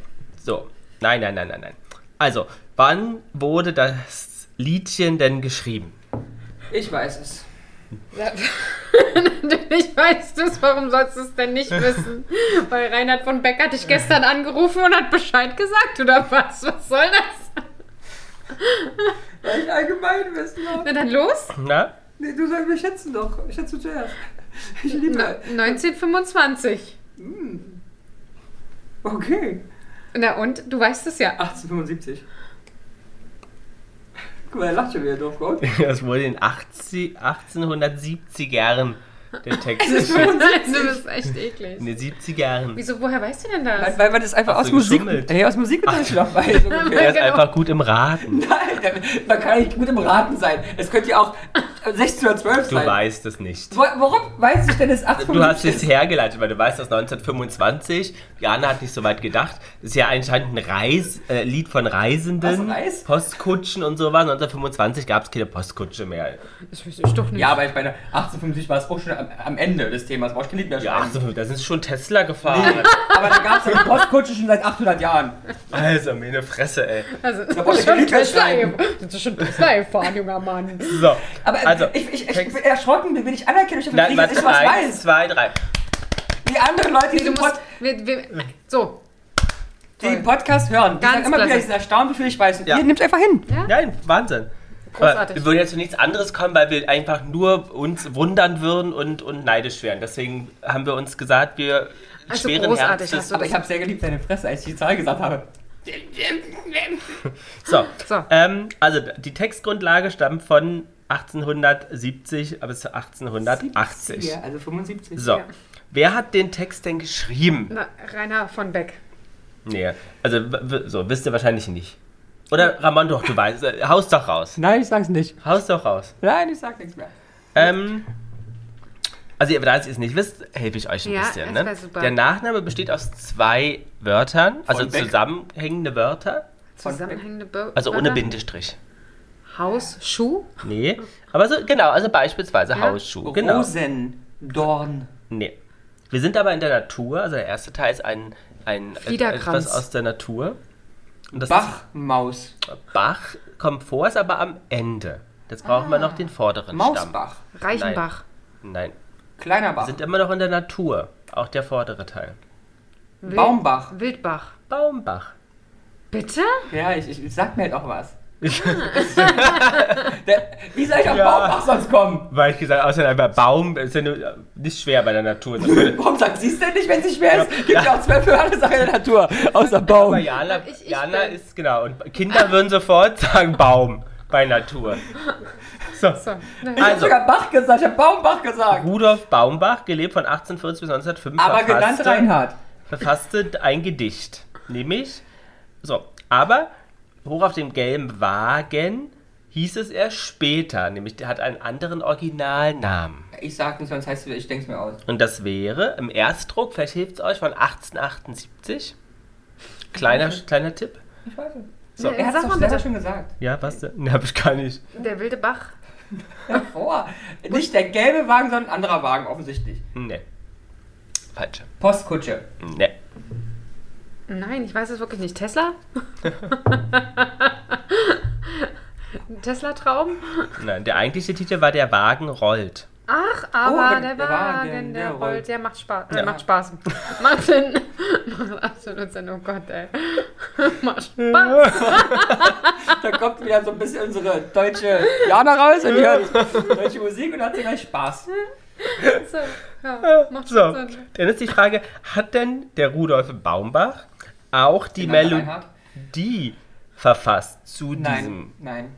[SPEAKER 3] So. Nein, nein, nein, nein, nein. Also, wann wurde das Liedchen denn geschrieben?
[SPEAKER 2] Ich weiß es.
[SPEAKER 1] Natürlich weißt du es, warum sollst du es denn nicht wissen? Weil Reinhard von Beck hat dich gestern angerufen und hat Bescheid gesagt, oder was? Was soll das?
[SPEAKER 2] Weil ich allgemein wissen habe.
[SPEAKER 1] Na dann los?
[SPEAKER 3] Na?
[SPEAKER 2] Nee, du sollst mich schätzen doch. Ich schätze zuerst. Ich
[SPEAKER 1] Na,
[SPEAKER 2] liebe.
[SPEAKER 1] 1925.
[SPEAKER 2] Okay.
[SPEAKER 1] Na und? Du weißt es ja.
[SPEAKER 2] 1875. Guck mal, er lacht schon wieder doof, Gott.
[SPEAKER 3] [LAUGHS] Das wurde in 80, 1870 Jahren [LAUGHS] der Text geschrieben.
[SPEAKER 1] du bist echt
[SPEAKER 3] In
[SPEAKER 1] eklig.
[SPEAKER 3] den 70 Jahren.
[SPEAKER 1] Wieso, woher weißt du denn das?
[SPEAKER 2] Weil, weil man das einfach
[SPEAKER 3] Hast
[SPEAKER 2] aus
[SPEAKER 3] du
[SPEAKER 2] Musik.
[SPEAKER 3] geschummelt?
[SPEAKER 2] Hey, aus Musikgedanken noch weiß. ungefähr.
[SPEAKER 3] [LAUGHS] Er ist
[SPEAKER 1] genau.
[SPEAKER 3] einfach gut im Raten.
[SPEAKER 2] Nein, damit- man kann nicht gut im Raten sein. Es könnte ja auch 16 oder 12
[SPEAKER 3] Du
[SPEAKER 2] sein.
[SPEAKER 3] weißt es nicht.
[SPEAKER 2] Wo, warum weiß ich denn, dass 1875
[SPEAKER 3] Du hast es hergeleitet, weil du weißt, dass 1925, Jana hat nicht so weit gedacht, das ist ja anscheinend ein Reis, äh, Lied von Reisenden,
[SPEAKER 2] Was, Reis?
[SPEAKER 3] Postkutschen und so was. 1925 gab es keine Postkutsche mehr.
[SPEAKER 1] Das weiß ich doch nicht.
[SPEAKER 2] Ja, aber ich meine, 1875 war es auch schon am, am Ende des Themas. Brauchst du kein Lied mehr
[SPEAKER 3] Ja,
[SPEAKER 2] schreiben.
[SPEAKER 3] ach so, da sind schon Tesla gefahren.
[SPEAKER 2] Aber da gab es ja die Postkutsche schon seit 800 Jahren.
[SPEAKER 3] Also, meine Fresse, ey.
[SPEAKER 1] also, das
[SPEAKER 2] brauchst du
[SPEAKER 1] ist schon
[SPEAKER 2] kein Lied
[SPEAKER 1] Tesla
[SPEAKER 2] schreiben.
[SPEAKER 1] gefahren. Das ist schon Tesla gefahren, junger Mann.
[SPEAKER 3] So,
[SPEAKER 2] Aber
[SPEAKER 3] also,
[SPEAKER 2] ich, ich, ich,
[SPEAKER 3] Text-
[SPEAKER 2] bin erschrocken, wenn ich anerkenne, ich
[SPEAKER 3] nein,
[SPEAKER 2] dass
[SPEAKER 3] warte,
[SPEAKER 2] ich was
[SPEAKER 3] eins,
[SPEAKER 2] weiß.
[SPEAKER 3] zwei, drei.
[SPEAKER 2] Die anderen Leute, die,
[SPEAKER 1] Du
[SPEAKER 2] den, Pod,
[SPEAKER 1] musst, wir, wir, so.
[SPEAKER 2] die den Podcast hören, die
[SPEAKER 1] Ganz
[SPEAKER 2] sagen immer wieder,
[SPEAKER 1] klasse.
[SPEAKER 2] ich bin erstaunt, wie viel ich weiß. Und
[SPEAKER 3] Ja.
[SPEAKER 2] ihr nehmt einfach hin.
[SPEAKER 3] Nein, Wahnsinn.
[SPEAKER 1] Großartig.
[SPEAKER 3] Aber wir würden jetzt zu nichts anderes kommen, weil wir einfach nur uns wundern würden und, und neidisch wären. Deswegen haben wir uns gesagt, wir
[SPEAKER 1] Also
[SPEAKER 3] schweren
[SPEAKER 1] großartig
[SPEAKER 3] Herzens.
[SPEAKER 1] hast du
[SPEAKER 2] Aber
[SPEAKER 1] das.
[SPEAKER 2] ich habe sehr geliebt seine Fresse, als ich die Zahl gesagt habe.
[SPEAKER 3] So,
[SPEAKER 1] So.
[SPEAKER 3] Ähm, also die Textgrundlage stammt von 1870 bis 1880.
[SPEAKER 2] Ja, also 75.
[SPEAKER 3] So.
[SPEAKER 1] Ja.
[SPEAKER 3] Wer hat den Text denn geschrieben?
[SPEAKER 1] Na, Rainer von Beck.
[SPEAKER 3] Nee, also w- w- so, wisst ihr wahrscheinlich nicht. Oder Ramon, doch, du weißt, äh, haust doch raus.
[SPEAKER 2] Nein, ich sag's nicht.
[SPEAKER 3] Haust doch raus.
[SPEAKER 2] Nein, ich sag nichts mehr.
[SPEAKER 3] Ähm, also, ihr- da ihr es nicht wisst, helfe ich euch ein
[SPEAKER 1] Ja, das
[SPEAKER 3] bisschen. Ne?
[SPEAKER 1] wär super.
[SPEAKER 3] Der Nachname besteht aus zwei Wörtern, also
[SPEAKER 2] Von Beck.
[SPEAKER 3] zusammenhängende Wörter,
[SPEAKER 1] Zusammenhängende Bö-
[SPEAKER 3] also ohne
[SPEAKER 1] Wörter.
[SPEAKER 3] Bindestrich.
[SPEAKER 1] Haus, Schuh.
[SPEAKER 3] Nee, aber so, genau, also beispielsweise
[SPEAKER 1] Ja.
[SPEAKER 3] Hausschuh. Genau.
[SPEAKER 2] Rosendorn.
[SPEAKER 3] Nee. Wir sind aber in der Natur, also der erste Teil ist ein, ein
[SPEAKER 1] Fliederkranz.
[SPEAKER 3] etwas aus der Natur. Und das
[SPEAKER 2] Bachmaus.
[SPEAKER 3] Ist, Bach kommt vor, ist aber am Ende. Jetzt brauchen
[SPEAKER 1] Ah.
[SPEAKER 3] wir noch den vorderen Stamm.
[SPEAKER 2] Mausbach.
[SPEAKER 1] Reichenbach.
[SPEAKER 3] Nein,
[SPEAKER 2] Kleiner
[SPEAKER 3] wir
[SPEAKER 2] Bach.
[SPEAKER 3] sind immer noch in der Natur, auch der vordere Teil.
[SPEAKER 1] Wild-
[SPEAKER 2] Baumbach.
[SPEAKER 1] Wildbach.
[SPEAKER 3] Baumbach.
[SPEAKER 1] Bitte?
[SPEAKER 2] Ja, ich, ich, ich sag mir halt auch
[SPEAKER 3] [LAUGHS]
[SPEAKER 2] was. [LAUGHS] Der, wie soll ich auf
[SPEAKER 3] Ja.
[SPEAKER 2] Baumbach sonst kommen?
[SPEAKER 3] Weil ich gesagt, außer einfach Baum ist ja nur- äh, nicht schwer bei der Natur.
[SPEAKER 2] [LAUGHS]
[SPEAKER 3] sondern-
[SPEAKER 2] Warum sagst du es denn nicht, wenn es schwer ist? Gibt
[SPEAKER 3] Ja.
[SPEAKER 2] ja, auch zwölf andere Sachen in der Natur, außer Baum.
[SPEAKER 3] Aber Jana,
[SPEAKER 1] Ich- ich
[SPEAKER 3] Jana
[SPEAKER 1] bin-
[SPEAKER 3] ist genau. Und Kinder würden sofort sagen Baum
[SPEAKER 1] [LAUGHS]
[SPEAKER 3] bei Natur. So.
[SPEAKER 1] So.
[SPEAKER 2] Ich hab
[SPEAKER 3] Also,
[SPEAKER 2] sogar Bach gesagt, ich hab Baumbach gesagt.
[SPEAKER 3] Rudolf Baumbach, gelebt von 1840 bis 1905,
[SPEAKER 2] Aber genannt Reinhard.
[SPEAKER 3] verfasste ein Gedicht. Nämlich, so, aber hoch auf dem gelben Wagen hieß es erst später, nämlich der hat einen anderen Originalnamen.
[SPEAKER 2] Ich sag nicht, sonst heißt es, ich denk's mir aus.
[SPEAKER 3] Und das wäre im Erstdruck, vielleicht hilft es euch, von 1878. Kleiner, kleiner Tipp.
[SPEAKER 2] Ich weiß es.
[SPEAKER 3] So.
[SPEAKER 1] Ja,
[SPEAKER 2] Er hat's
[SPEAKER 1] sag
[SPEAKER 2] doch
[SPEAKER 1] mal
[SPEAKER 2] selber
[SPEAKER 1] bitte.
[SPEAKER 2] schon gesagt. [LAUGHS]
[SPEAKER 3] Ja, was denn? Ne, hab ich gar nicht.
[SPEAKER 1] Der wilde Bach.
[SPEAKER 2] Davor. Nicht der gelbe Wagen, sondern ein anderer Wagen, offensichtlich.
[SPEAKER 3] Ne. Falsch.
[SPEAKER 2] Postkutsche.
[SPEAKER 3] Ne.
[SPEAKER 1] Nein, ich weiß es wirklich nicht. [LAUGHS] Tesla? Tesla-Traum?
[SPEAKER 3] Nein, der eigentliche Titel war Der Wagen rollt.
[SPEAKER 1] Ach, aber
[SPEAKER 2] aber
[SPEAKER 1] Oh, der,
[SPEAKER 2] der
[SPEAKER 1] Wagen,
[SPEAKER 2] Wagen,
[SPEAKER 1] der
[SPEAKER 2] der
[SPEAKER 1] rollt,
[SPEAKER 2] rollt.
[SPEAKER 1] der macht Spaß. Äh,
[SPEAKER 3] Ja.
[SPEAKER 1] Macht Spaß. [LAUGHS] macht Sinn. macht absolut Sinn. Oh Gott, ey. [LAUGHS] macht Spaß.
[SPEAKER 2] Da kommt wieder so ein bisschen unsere deutsche Jana raus und die hört [LAUGHS] deutsche Musik und hat sie gleich Spaß.
[SPEAKER 1] So, ja, macht
[SPEAKER 3] So,
[SPEAKER 1] schon
[SPEAKER 3] dann
[SPEAKER 1] Sinn.
[SPEAKER 3] ist die Frage, hat denn der Rudolf Baumbach auch die
[SPEAKER 2] Immer noch
[SPEAKER 3] Melodie verfasst zu
[SPEAKER 2] Nein,
[SPEAKER 3] diesem,
[SPEAKER 2] nein.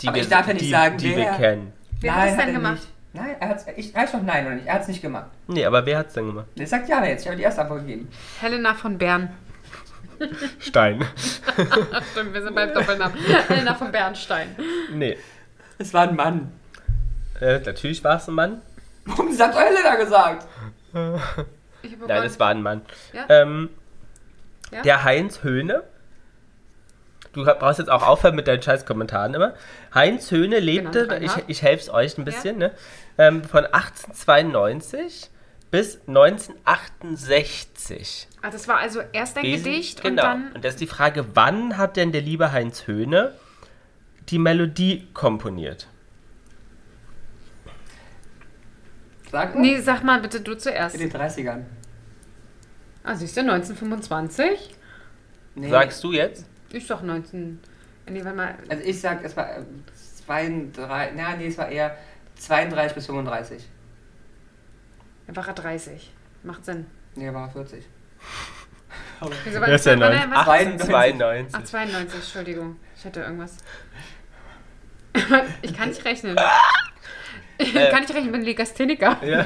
[SPEAKER 3] die,
[SPEAKER 2] Aber
[SPEAKER 3] wir,
[SPEAKER 2] ich darf ja nicht
[SPEAKER 3] die,
[SPEAKER 2] sagen,
[SPEAKER 3] die wir
[SPEAKER 2] wer-
[SPEAKER 3] kennen?
[SPEAKER 1] Wer
[SPEAKER 2] nein,
[SPEAKER 1] hat das
[SPEAKER 2] er
[SPEAKER 1] denn gemacht?
[SPEAKER 2] Nicht. Nein, er hat's, ich weiß doch nein oder nicht. Er hat es nicht gemacht.
[SPEAKER 3] Nee, aber wer hat's denn gemacht?
[SPEAKER 2] Das sagt Jana jetzt. Ich habe die erste Antwort gegeben.
[SPEAKER 1] Helena von Bern.
[SPEAKER 3] Stein. [LAUGHS]
[SPEAKER 1] Stimmt, wir sind beim [LAUGHS] Doppelnamen. Helena von Bernstein.
[SPEAKER 3] nee,
[SPEAKER 2] Es war ein Mann.
[SPEAKER 3] äh, natürlich war es ein Mann.
[SPEAKER 2] Warum sagt Helena gesagt?
[SPEAKER 1] Ich hab
[SPEAKER 3] Nein,
[SPEAKER 1] begonnen.
[SPEAKER 3] es war ein Mann.
[SPEAKER 1] Ja.
[SPEAKER 3] Ähm,
[SPEAKER 1] Ja.
[SPEAKER 3] Der Heinz Höhne. Du brauchst jetzt auch aufhören mit deinen scheiß Kommentaren immer. Heinz Höhne lebte,
[SPEAKER 1] Genau,
[SPEAKER 3] ich,
[SPEAKER 1] aha.
[SPEAKER 3] ich helfe es euch ein bisschen, ne? ähm, von 1892 bis 1968.
[SPEAKER 1] Ah, das war also erst ein
[SPEAKER 3] gewesen.
[SPEAKER 1] Gedicht
[SPEAKER 3] genau.
[SPEAKER 1] und dann.
[SPEAKER 3] und das ist die Frage, wann hat denn der liebe Heinz Höhne die Melodie komponiert?
[SPEAKER 2] Sag mal.
[SPEAKER 1] Nee, sag mal bitte du zuerst.
[SPEAKER 2] In den 30ern.
[SPEAKER 1] Ah, siehst du, 1925? Äh,
[SPEAKER 2] Nee.
[SPEAKER 3] Sagst du jetzt?
[SPEAKER 1] Ich sag 19. Nee, warte mal.
[SPEAKER 2] Also ich sag, es war äh, 32, na nee, es war eher 32 bis 35.
[SPEAKER 1] Dann war er 30. Macht Sinn.
[SPEAKER 2] Nee, war 40.
[SPEAKER 1] Wieso
[SPEAKER 3] Wer ist denn
[SPEAKER 1] war nein, was-
[SPEAKER 3] 1892.
[SPEAKER 1] Ah, 92, Entschuldigung. Ich hatte irgendwas. [LAUGHS] ich kann nicht rechnen. Ich
[SPEAKER 3] Äh.
[SPEAKER 1] kann nicht rechnen, ich bin Legastheniker. [LAUGHS] äh,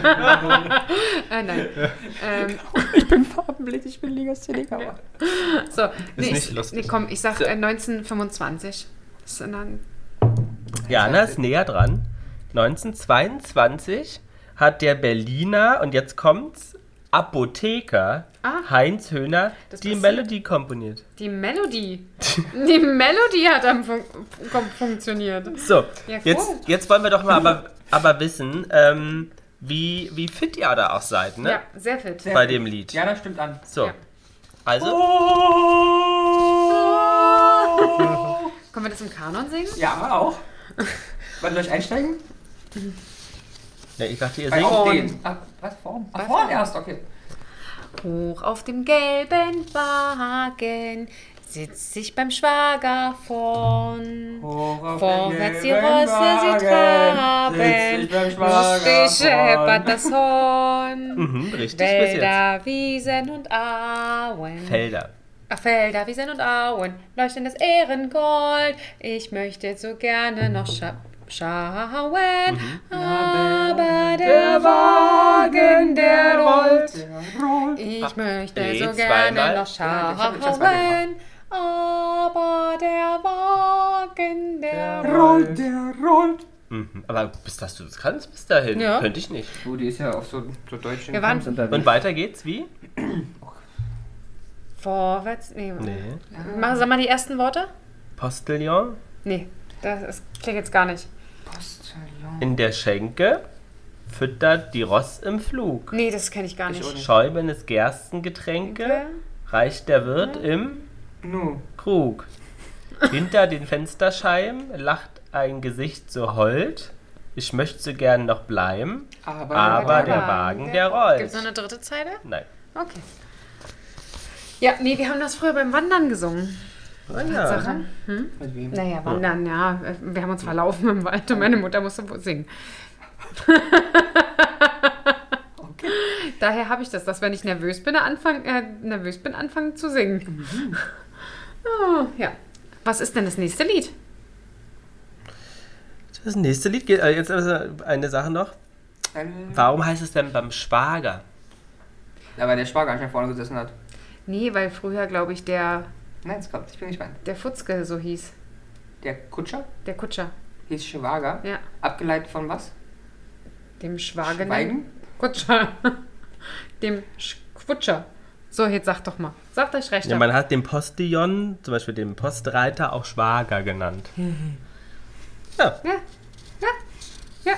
[SPEAKER 1] nein. Ähm,
[SPEAKER 2] [LAUGHS] Ich bin farbenblind, ich bin Legastheniker.
[SPEAKER 1] so, nee,
[SPEAKER 3] nicht
[SPEAKER 1] ich,
[SPEAKER 3] lustig.
[SPEAKER 1] Nee, komm, ich sag
[SPEAKER 3] So.
[SPEAKER 1] äh, 1925. Das ist dann,
[SPEAKER 3] Jana ist näher dran. 1922 hat der Berliner, und jetzt kommt's, Apotheker
[SPEAKER 1] Ah.
[SPEAKER 3] Heinz Höhner
[SPEAKER 1] Das
[SPEAKER 3] die
[SPEAKER 1] passiert.
[SPEAKER 3] Melodie komponiert.
[SPEAKER 1] die Melodie. Die Melodie hat am fun kom- funktioniert.
[SPEAKER 3] So,
[SPEAKER 1] Ja, cool.
[SPEAKER 3] jetzt, jetzt wollen wir doch mal aber, aber wissen, ähm, wie, wie fit ihr da auch seid, ne?
[SPEAKER 1] Ja, sehr fit.
[SPEAKER 3] Bei dem Lied.
[SPEAKER 2] Ja, das stimmt an.
[SPEAKER 3] So,
[SPEAKER 1] Ja. Oh.
[SPEAKER 3] also,
[SPEAKER 2] Oh.
[SPEAKER 1] Können wir das im Kanon singen?
[SPEAKER 2] [LAUGHS] Ja, auch. Wollt ihr euch einsteigen?
[SPEAKER 3] ne, ich dachte, ihr
[SPEAKER 2] Bei
[SPEAKER 3] singt.
[SPEAKER 2] auf
[SPEAKER 1] Vorn.
[SPEAKER 2] den. Ach, was? Vorn? Ach, vorn erst, okay.
[SPEAKER 1] Hoch auf dem gelben Wagen sitzt sich beim Schwager vorn.
[SPEAKER 2] Hoch auf
[SPEAKER 1] Vorwärts
[SPEAKER 2] den
[SPEAKER 1] die
[SPEAKER 2] gelben
[SPEAKER 1] Rosse sie
[SPEAKER 2] Wagen,
[SPEAKER 1] traben,
[SPEAKER 2] sitz ich beim Schwager Hm,
[SPEAKER 1] lustig scheppert
[SPEAKER 2] vorn.
[SPEAKER 1] das Horn.
[SPEAKER 3] Mhm, richtig, bis jetzt.
[SPEAKER 1] Wälder, Wiesen und Auen,
[SPEAKER 3] Felder.
[SPEAKER 1] Ach, Felder, Wiesen und Auen, leuchten das Ehrengold. Ich möchte so gerne noch scha schauen, aber der Wagen, der rollt. Ich möchte
[SPEAKER 3] nee,
[SPEAKER 1] so gerne
[SPEAKER 3] zweimal.
[SPEAKER 1] noch
[SPEAKER 2] Ja, das hab ich schon
[SPEAKER 1] schauen, aber der Wagen, der
[SPEAKER 2] Rollt, der rollt.
[SPEAKER 3] Mhm. Aber bis dass du das kannst, bis dahin.
[SPEAKER 1] Ja.
[SPEAKER 3] Könnte ich nicht.
[SPEAKER 2] Du, Oh, die ist ja auf so, so deutschen
[SPEAKER 1] Wir waren-
[SPEAKER 2] Kunst unterwegs.
[SPEAKER 3] Und weiter geht's, wie?
[SPEAKER 1] Vorwärts. Nee.
[SPEAKER 3] Nee.
[SPEAKER 1] Mach, sag mal die ersten Worte.
[SPEAKER 3] Postillon
[SPEAKER 1] Nee, das ist, klingt jetzt gar nicht.
[SPEAKER 2] Postillon.
[SPEAKER 3] in der Schenke füttert die Ross im Flug.
[SPEAKER 1] Nee, das kenne ich gar nicht.
[SPEAKER 2] Ich auch nicht.
[SPEAKER 3] Schäumendes Gerstengetränke reicht der Wirt im
[SPEAKER 2] Nu.
[SPEAKER 3] Krug. Hinter den Fensterscheiben lacht ein Gesicht so hold. Ich möchte so gern noch bleiben,
[SPEAKER 2] Aber,
[SPEAKER 3] aber
[SPEAKER 1] der
[SPEAKER 3] der
[SPEAKER 1] Wagen,
[SPEAKER 3] Wagen, der
[SPEAKER 1] Gibt es noch
[SPEAKER 3] rollt.
[SPEAKER 1] eine dritte Zeile?
[SPEAKER 3] Nein.
[SPEAKER 1] Okay. Ja, nee, wir haben das früher beim Wandern gesungen.
[SPEAKER 3] Ah, ja.
[SPEAKER 1] Sache.
[SPEAKER 2] Mit wem?
[SPEAKER 1] Naja, Wandern, ja. Wir haben uns verlaufen im Wald und meine Mutter musste wohl singen.
[SPEAKER 2] Okay.
[SPEAKER 1] Daher habe ich das, dass wenn ich nervös bin, anfangen, äh, nervös bin, anfangen zu singen. [LAUGHS] Oh, ja. Was ist denn das nächste Lied?
[SPEAKER 3] Das nächste Lied geht. äh, Jetzt also eine Sache noch.
[SPEAKER 2] Dann-
[SPEAKER 3] Warum heißt es denn beim Schwager?
[SPEAKER 2] Ja, weil der Schwager schon vorne gesessen hat.
[SPEAKER 1] Nee, weil früher, glaube ich, der,
[SPEAKER 2] Nein, es kommt. Ich bin gespannt.
[SPEAKER 1] der Futzke so hieß.
[SPEAKER 2] Der Kutscher
[SPEAKER 1] Der Kutscher.
[SPEAKER 2] hieß Schwager.
[SPEAKER 1] Ja. ne?
[SPEAKER 2] Abgeleitet von was?
[SPEAKER 1] Dem Schwagen.
[SPEAKER 2] Schweigen?
[SPEAKER 1] Kutscher. [LAUGHS] Dem Schwutscher. So, jetzt sagt doch mal. Sagt euch recht.
[SPEAKER 3] Ja, man hat den Postillon, zum Beispiel den Postreiter, auch Schwager genannt. Ja,
[SPEAKER 1] ja. Ja. Ja.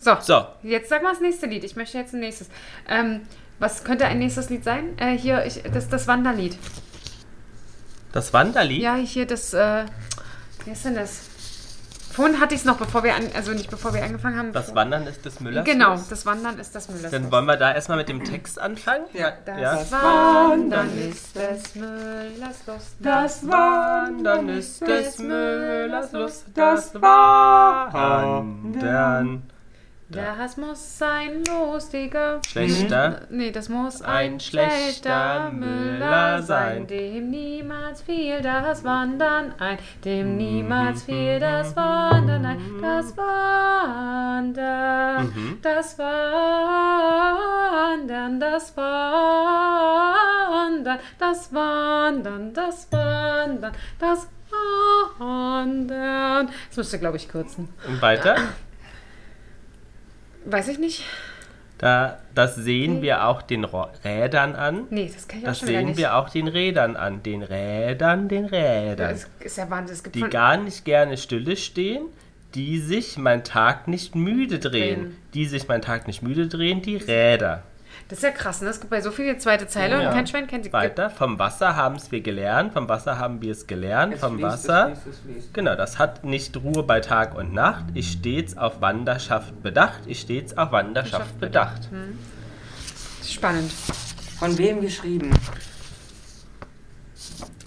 [SPEAKER 1] So.
[SPEAKER 3] so.
[SPEAKER 1] Jetzt sag mal das nächste Lied. Ich möchte jetzt ein nächstes. Ähm, was könnte ein nächstes Lied sein? Äh, hier, ich, das, das Wanderlied.
[SPEAKER 3] Das Wanderlied?
[SPEAKER 1] Ja, hier das, äh, wie ist denn das? Vorhin hatte ich es noch, bevor wir an, also nicht bevor wir angefangen haben.
[SPEAKER 3] Das
[SPEAKER 1] bevor,
[SPEAKER 3] Wandern ist des Müllers.
[SPEAKER 1] Genau,
[SPEAKER 3] Los.
[SPEAKER 1] das Wandern ist das Müllers.
[SPEAKER 3] Dann
[SPEAKER 1] Los.
[SPEAKER 3] wollen wir da erstmal mit dem Text anfangen.
[SPEAKER 2] Ja.
[SPEAKER 1] das
[SPEAKER 3] ja.
[SPEAKER 1] Wandern ist des Müllers Lust.
[SPEAKER 2] Das war
[SPEAKER 3] Wandern ist des Müllers Lust.
[SPEAKER 2] Das
[SPEAKER 3] Wandern.
[SPEAKER 1] Das muss ein lustiger.
[SPEAKER 3] Schlechter.
[SPEAKER 1] Nee, das muss
[SPEAKER 3] Ein
[SPEAKER 1] ein,
[SPEAKER 3] schlechter
[SPEAKER 1] schlechter,
[SPEAKER 3] Müller
[SPEAKER 1] Müller
[SPEAKER 3] sein.
[SPEAKER 1] sein, dem niemals fiel das Wandern ein, dem niemals fiel das Wandern ein, das Wandern, das Wandern, das Wandern, das Wandern, das Wandern, das Wandern. Das müsste, glaube ich, kürzen.
[SPEAKER 3] Und weiter.
[SPEAKER 1] Weiß ich nicht.
[SPEAKER 3] Da, das sehen wir auch den Ro Rädern an.
[SPEAKER 1] Nee, das kann ich
[SPEAKER 3] Das
[SPEAKER 1] auch schon wieder
[SPEAKER 3] sehen
[SPEAKER 1] nicht.
[SPEAKER 3] wir auch den Rädern an. Den Rädern, den
[SPEAKER 1] Ja,
[SPEAKER 3] Rädern.
[SPEAKER 1] Es ist ja Wahnsinn. Es gibt
[SPEAKER 3] Die
[SPEAKER 1] von
[SPEAKER 3] gar nicht gerne stille stehen, die sich mein Tag nicht müde drehen.
[SPEAKER 1] Drehen.
[SPEAKER 3] Die sich mein Tag nicht müde drehen, die Räder.
[SPEAKER 1] Das ist ja krass, ne? Es gibt bei so vielen zweite Zeile
[SPEAKER 3] Ja.
[SPEAKER 1] und kein Schwein kennt die.
[SPEAKER 3] Weiter, vom Wasser haben es wir gelernt, vom Wasser haben wir es gelernt,
[SPEAKER 2] Es
[SPEAKER 3] vom
[SPEAKER 2] fließt, es
[SPEAKER 3] Wasser.
[SPEAKER 2] fließt, es fließt.
[SPEAKER 3] Genau, das hat nicht Ruhe bei Tag und Nacht. Ich stets auf Wanderschaft bedacht, ich stets auf Wanderschaft
[SPEAKER 1] Wanderschaft
[SPEAKER 3] bedacht.
[SPEAKER 1] Spannend.
[SPEAKER 2] Von wem geschrieben?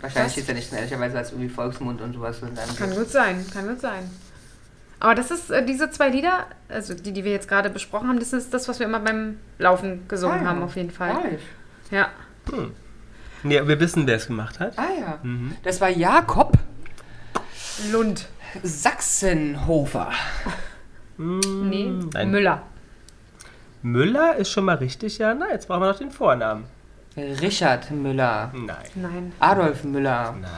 [SPEAKER 2] Wahrscheinlich steht da nicht drin, ehrlicherweise als irgendwie Volksmund und sowas. Und dann
[SPEAKER 1] Kann gut sein, kann gut sein. Aber das ist, äh, diese zwei Lieder, also die, die wir jetzt gerade besprochen haben, das ist das, was wir immer beim Laufen gesungen
[SPEAKER 2] Ah,
[SPEAKER 1] haben, auf jeden Fall.
[SPEAKER 2] Falsch.
[SPEAKER 1] Ja.
[SPEAKER 3] Nee, wir wissen, wer es gemacht hat.
[SPEAKER 2] Ah ja. Das war Jakob
[SPEAKER 1] Lund.
[SPEAKER 2] Sachsenhofer.
[SPEAKER 1] Nee,
[SPEAKER 3] Hm, nein.
[SPEAKER 1] Müller.
[SPEAKER 3] Müller ist schon mal richtig, Jana. Jetzt brauchen wir noch den Vornamen.
[SPEAKER 2] Richard Müller.
[SPEAKER 3] Nein.
[SPEAKER 1] Nein.
[SPEAKER 2] Adolf Müller.
[SPEAKER 3] Nein.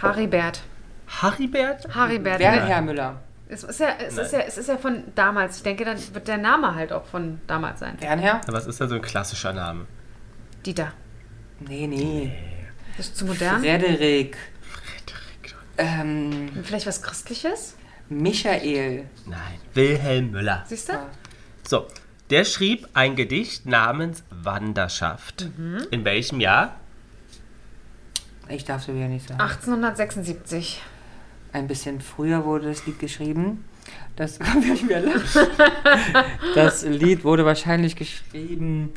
[SPEAKER 1] Haribert.
[SPEAKER 3] Haribert?
[SPEAKER 1] Haribert.
[SPEAKER 2] Werner Müller.
[SPEAKER 1] Es ist ja, es ist
[SPEAKER 3] Nein.
[SPEAKER 1] ja, es ist ja von damals. Ich denke, dann wird der Name halt auch von damals sein.
[SPEAKER 2] Werner?
[SPEAKER 3] Was ist da so ein klassischer Name?
[SPEAKER 1] Dieter.
[SPEAKER 2] Nee, nee.
[SPEAKER 1] Das ist zu modern.
[SPEAKER 2] Frederik. Ähm,
[SPEAKER 1] Vielleicht was Christliches?
[SPEAKER 2] Michael.
[SPEAKER 3] Nein. Wilhelm Müller.
[SPEAKER 1] Siehst du?
[SPEAKER 3] So, der schrieb ein Gedicht namens Wanderschaft. In welchem Jahr?
[SPEAKER 2] Ich darf so wieder nicht sagen.
[SPEAKER 1] 1876.
[SPEAKER 2] Ein bisschen früher wurde das Lied geschrieben. Das [LAUGHS] kann ich mir lachen. Das Lied wurde wahrscheinlich geschrieben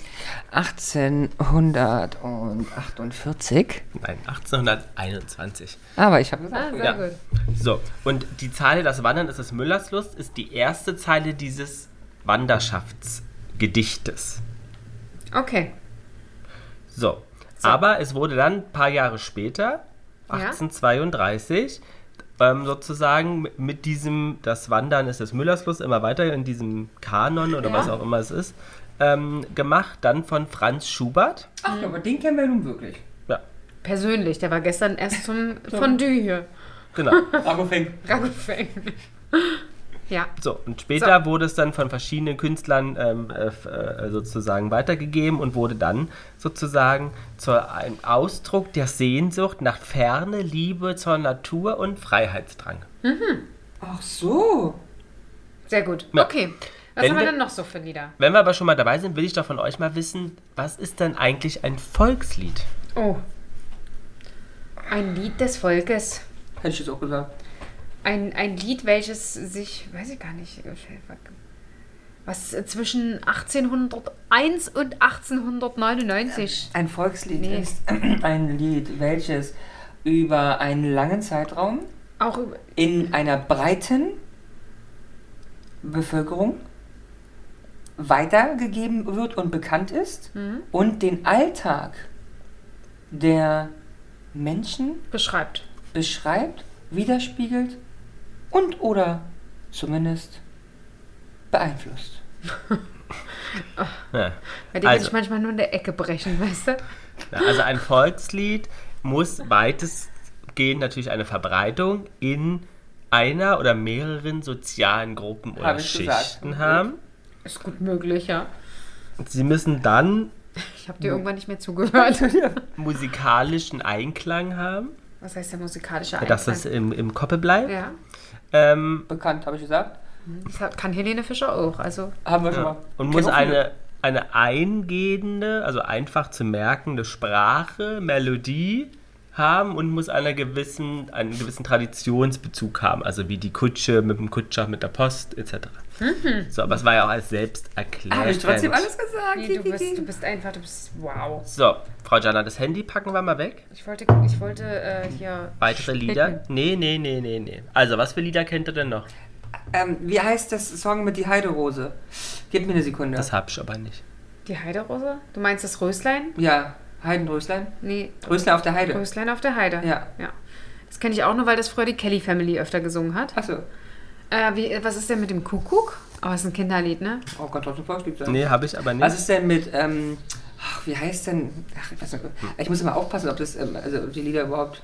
[SPEAKER 2] 1848.
[SPEAKER 3] Nein, 1821.
[SPEAKER 2] Aber ich habe gesagt,
[SPEAKER 1] Ah, sehr
[SPEAKER 2] früher.
[SPEAKER 3] Ja.
[SPEAKER 1] gut.
[SPEAKER 3] So, und die Zeile Das Wandern ist des Müllers Lust ist die erste Zeile dieses Wanderschaftsgedichtes.
[SPEAKER 1] Okay.
[SPEAKER 3] So, aber es wurde dann ein paar Jahre später,
[SPEAKER 1] Ja.
[SPEAKER 3] 1832, ähm, sozusagen mit- mit diesem Das Wandern ist des Müllers Lust immer weiter in diesem Kanon oder
[SPEAKER 1] Ja.
[SPEAKER 3] was auch immer es ist, ähm, gemacht, dann von Franz Schubert.
[SPEAKER 2] Ach, aber den kennen wir nun wirklich.
[SPEAKER 3] Ja,
[SPEAKER 1] Persönlich, der war gestern erst zum Fondue hier.
[SPEAKER 3] genau.
[SPEAKER 2] Ragofeng.
[SPEAKER 1] Ragofeng. Ja,
[SPEAKER 3] So, und später wurde es dann von verschiedenen Künstlern ähm, äh, f- äh, sozusagen weitergegeben und wurde dann sozusagen zu einem Ausdruck der Sehnsucht nach Ferne, Liebe zur Natur und Freiheitsdrang.
[SPEAKER 2] Ach so.
[SPEAKER 1] sehr gut.
[SPEAKER 3] Ja.
[SPEAKER 1] Okay. Was
[SPEAKER 3] Wenn
[SPEAKER 1] haben wir
[SPEAKER 3] wir-
[SPEAKER 1] denn noch so für Lieder?
[SPEAKER 3] Wenn wir aber schon mal dabei sind, will ich doch von euch mal wissen, was ist denn eigentlich ein Volkslied?
[SPEAKER 1] Oh. Ein Lied des Volkes.
[SPEAKER 2] Hätte ich jetzt auch gesagt.
[SPEAKER 1] Ein, ein Lied, welches sich, weiß ich gar nicht, was zwischen 1801 und 1899.
[SPEAKER 2] Ein Volkslied
[SPEAKER 1] Nee.
[SPEAKER 2] ist [CLEARS THROAT] ein Lied, welches über einen langen Zeitraum
[SPEAKER 1] Auch über,
[SPEAKER 2] in einer breiten Bevölkerung weitergegeben wird und bekannt ist
[SPEAKER 1] Mhm.
[SPEAKER 2] und den Alltag der Menschen
[SPEAKER 1] beschreibt.
[SPEAKER 2] beschreibt, widerspiegelt und oder zumindest beeinflusst.
[SPEAKER 3] Ja.
[SPEAKER 1] Bei dem
[SPEAKER 3] Also.
[SPEAKER 1] kann ich manchmal nur in der Ecke brechen, weißt du?
[SPEAKER 3] Ja, Also ein Volkslied muss weitestgehend natürlich eine Verbreitung in einer oder mehreren sozialen Gruppen oder
[SPEAKER 2] Hab ich gesagt.
[SPEAKER 3] Schichten haben.
[SPEAKER 1] Ist gut möglich, ja.
[SPEAKER 3] Sie müssen dann
[SPEAKER 1] Ich habe dir irgendwann nicht mehr zugehört.
[SPEAKER 3] musikalischen Einklang haben,
[SPEAKER 1] Was heißt der musikalische Einklang?
[SPEAKER 3] dass das im, im Koppe bleibt.
[SPEAKER 1] ja,
[SPEAKER 3] Ähm,
[SPEAKER 2] Bekannt, habe ich gesagt.
[SPEAKER 1] das hat- kann Helene Fischer auch. Also
[SPEAKER 2] Haben wir schon mal.
[SPEAKER 3] und muss
[SPEAKER 2] Kennen wir
[SPEAKER 3] eine, eine eingehende, also einfach zu merkende Sprache, Melodie haben und muss einer gewissen, einen gewissen Traditionsbezug haben. Also wie die Kutsche mit dem Kutscher, mit der Post etc. So, aber es war ja auch alles selbst erklärt.
[SPEAKER 2] Habe Mhm. Ah, ich trotzdem alles gesagt?
[SPEAKER 1] Nee, du bist, du bist einfach, du bist wow.
[SPEAKER 3] So, Frau Jana, das Handy packen wir mal weg.
[SPEAKER 1] Ich wollte, ich wollte äh, hier.
[SPEAKER 3] Weitere Lieder? Nee, nee, nee, nee, nee. Also, was für Lieder kennt ihr denn noch?
[SPEAKER 2] Ähm, wie heißt das Song mit die Heiderose? Gib mir eine Sekunde.
[SPEAKER 3] Das hab ich aber nicht.
[SPEAKER 1] Die Heiderose? Du meinst das Röslein?
[SPEAKER 2] ja, Heidenröslein?
[SPEAKER 1] Nee,
[SPEAKER 2] Röslein auf der Heide.
[SPEAKER 1] Röslein auf der Heide.
[SPEAKER 2] Ja.
[SPEAKER 1] ja. Das kenne ich auch nur, weil das früher die Kelly Family öfter gesungen hat.
[SPEAKER 2] Achso.
[SPEAKER 1] Äh, wie, was ist denn mit dem Kuckuck? Aber es ist ein Kinderlied, ne?
[SPEAKER 2] Oh Gott, trotzdem vorgespielt sein.
[SPEAKER 3] Nee, habe ich aber nicht.
[SPEAKER 2] Was ist denn mit, ähm, ach, wie heißt denn, ach, ich, weiß nicht, ich muss immer aufpassen, ob das, ähm, also ob die Lieder überhaupt.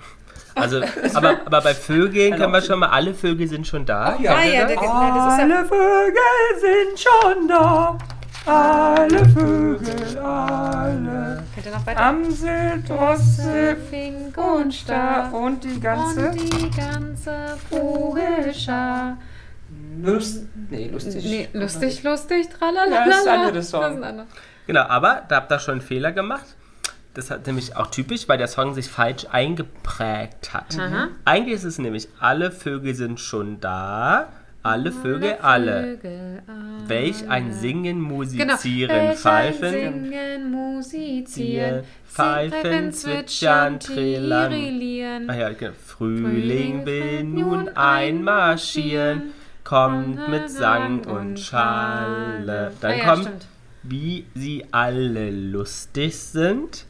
[SPEAKER 3] Also, aber, aber bei Vögeln können wir schon mal, alle Vögel sind schon da.
[SPEAKER 1] Ah, ja, der- na, das ist ja-
[SPEAKER 2] Alle Vögel sind schon da. Alle Vögel, alle.
[SPEAKER 1] Könnt ihr noch weiter?
[SPEAKER 2] Amsel, Drossel,
[SPEAKER 1] Fink
[SPEAKER 2] und Star und die ganze.
[SPEAKER 1] die ganze Vogelschar.
[SPEAKER 2] Lust, nee, lustig.
[SPEAKER 1] Nee, lustig, lustig,
[SPEAKER 2] Ja,
[SPEAKER 1] tralala.
[SPEAKER 2] das ist ein anderes Song.
[SPEAKER 1] Das ist ein anderer.
[SPEAKER 3] Genau, aber da habt ihr schon einen Fehler gemacht. Das hat nämlich auch typisch, weil der Song sich falsch eingeprägt hat.
[SPEAKER 1] Aha.
[SPEAKER 3] Eigentlich ist es nämlich, alle Vögel sind schon da, alle Vögel, alle.
[SPEAKER 1] Vögel, alle.
[SPEAKER 3] Welch ein Singen,
[SPEAKER 1] Genau.
[SPEAKER 3] Musizieren,
[SPEAKER 1] Welch ein
[SPEAKER 3] Pfeifen.
[SPEAKER 1] Singen, musizieren,
[SPEAKER 3] Pfeifen,
[SPEAKER 1] Pfeifen,
[SPEAKER 3] zwitschern,
[SPEAKER 1] zwitschern,
[SPEAKER 3] trillern.
[SPEAKER 1] tirillieren.
[SPEAKER 3] Ah ja, genau. Frühling
[SPEAKER 1] Frühling
[SPEAKER 3] will
[SPEAKER 1] wird
[SPEAKER 3] nun
[SPEAKER 1] nun
[SPEAKER 3] einmarschieren,
[SPEAKER 1] einmarschieren,
[SPEAKER 3] kommt mit
[SPEAKER 1] Sang
[SPEAKER 3] Sang und
[SPEAKER 1] und
[SPEAKER 3] Schale.
[SPEAKER 1] Schale.
[SPEAKER 3] Dann
[SPEAKER 1] Ah ja,
[SPEAKER 3] kommt,
[SPEAKER 1] stimmt.
[SPEAKER 3] wie sie alle lustig sind,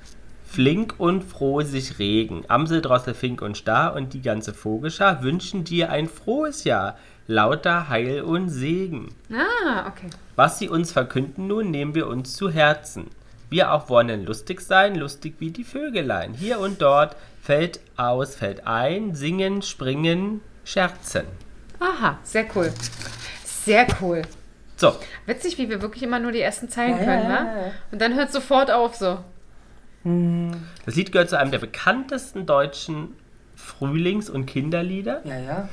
[SPEAKER 3] flink und froh sich regen. Amsel, Drossel, Fink und Star und die ganze Vogelschar wünschen dir ein frohes Jahr, lauter Heil und Segen.
[SPEAKER 1] Ah, okay.
[SPEAKER 3] Was sie uns verkünden nun, nehmen wir uns zu Herzen. Wir auch wollen lustig sein, lustig wie die Vögelein. Hier und dort, fällt aus, fällt ein, singen, springen, scherzen.
[SPEAKER 1] Aha, sehr cool. Sehr cool.
[SPEAKER 3] So,
[SPEAKER 1] Witzig, wie wir wirklich immer nur die ersten Zeilen können, ne? Und dann hört sofort auf so.
[SPEAKER 3] das Lied gehört zu einem der bekanntesten deutschen Frühlings- und Kinderlieder.
[SPEAKER 2] Ja, ja.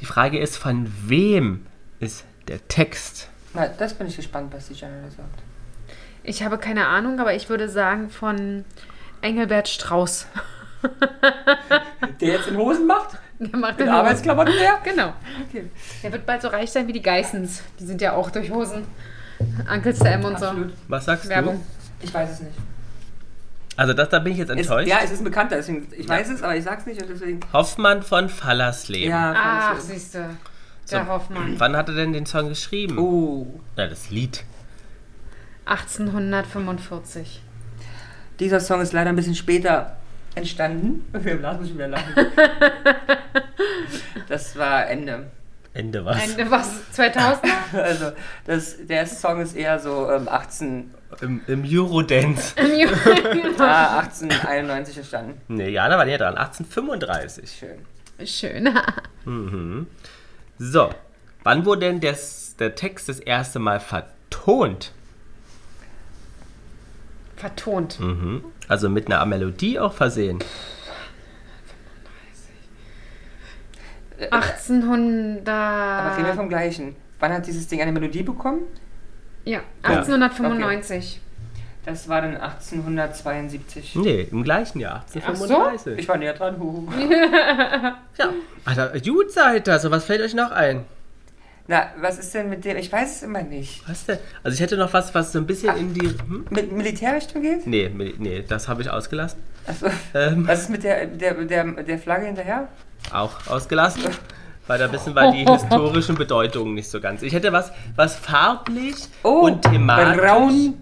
[SPEAKER 3] Die Frage ist, von wem ist der Text?
[SPEAKER 2] Na, das bin ich gespannt, was die Janelle sagt.
[SPEAKER 1] Ich habe keine Ahnung, aber ich würde sagen von Engelbert Strauß. [LAUGHS]
[SPEAKER 2] Der jetzt in Hosen macht?
[SPEAKER 1] Der macht
[SPEAKER 2] Mit
[SPEAKER 1] den Hosen.
[SPEAKER 2] Arbeitsklamotten leer?
[SPEAKER 1] Genau. Der wird bald so reich sein wie die Geissens. Die sind ja auch durch Hosen. Uncle Sam und
[SPEAKER 2] Absolut.
[SPEAKER 3] Was sagst
[SPEAKER 1] so. Werbung.
[SPEAKER 2] Ich weiß es nicht.
[SPEAKER 3] du? Also das, da bin ich jetzt
[SPEAKER 2] Es,
[SPEAKER 3] enttäuscht.
[SPEAKER 2] ja, es ist ein Bekannter, deswegen, ich weiß es, aber ich sag's nicht und deswegen.
[SPEAKER 3] Hoffmann von Fallersleben.
[SPEAKER 2] Ja,
[SPEAKER 1] Ach,
[SPEAKER 2] kann ich
[SPEAKER 1] siehst du. Der Hoffmann.
[SPEAKER 3] Wann hat er denn den Song geschrieben?
[SPEAKER 2] Oh.
[SPEAKER 3] Na, das Lied.
[SPEAKER 1] 1845.
[SPEAKER 2] Dieser Song ist leider ein bisschen später entstanden. [LAUGHS] Wir lassen schon wieder lachen. Das war Ende.
[SPEAKER 3] Ende was?
[SPEAKER 1] Ein, was? 2000?
[SPEAKER 2] Also das, der Song ist eher so ähm, 18,
[SPEAKER 3] Im, im Eurodance.
[SPEAKER 2] ah, 1891 entstanden.
[SPEAKER 3] Nee, Jana war näher dran. 1835.
[SPEAKER 2] Schön.
[SPEAKER 1] Schön.
[SPEAKER 3] So, wann wurde denn des, der Text das erste Mal vertont?
[SPEAKER 1] Vertont.
[SPEAKER 3] Also mit einer Melodie auch versehen.
[SPEAKER 1] 1800.
[SPEAKER 2] Aber
[SPEAKER 1] Ah.
[SPEAKER 2] reden wir vom gleichen. Wann hat dieses Ding eine Melodie bekommen?
[SPEAKER 1] ja, 1895.
[SPEAKER 2] Das war dann 1872.
[SPEAKER 3] Nee, im gleichen Jahr.
[SPEAKER 2] Ich
[SPEAKER 3] 1835.
[SPEAKER 2] war näher dran. huhu.
[SPEAKER 3] Ja. Alter, gut seid ihr. So, was fällt euch noch ein?
[SPEAKER 2] Na, was ist denn mit dem? Ich weiß es immer nicht.
[SPEAKER 3] Was denn? Also ich hätte noch was, was so ein bisschen in die... Hm?
[SPEAKER 2] Mit Militärrichtung geht?
[SPEAKER 3] Nee, Mil- nee, das habe ich ausgelassen.
[SPEAKER 2] Also,
[SPEAKER 3] Ähm,
[SPEAKER 2] was ist mit der, der, der, der Flagge hinterher?
[SPEAKER 3] auch ausgelassen. Weil da wissen
[SPEAKER 1] [LAUGHS]
[SPEAKER 3] wir die historischen Bedeutungen nicht so ganz. Ich hätte was, was farblich
[SPEAKER 2] Oh,
[SPEAKER 3] und thematisch... ähm,
[SPEAKER 2] braun.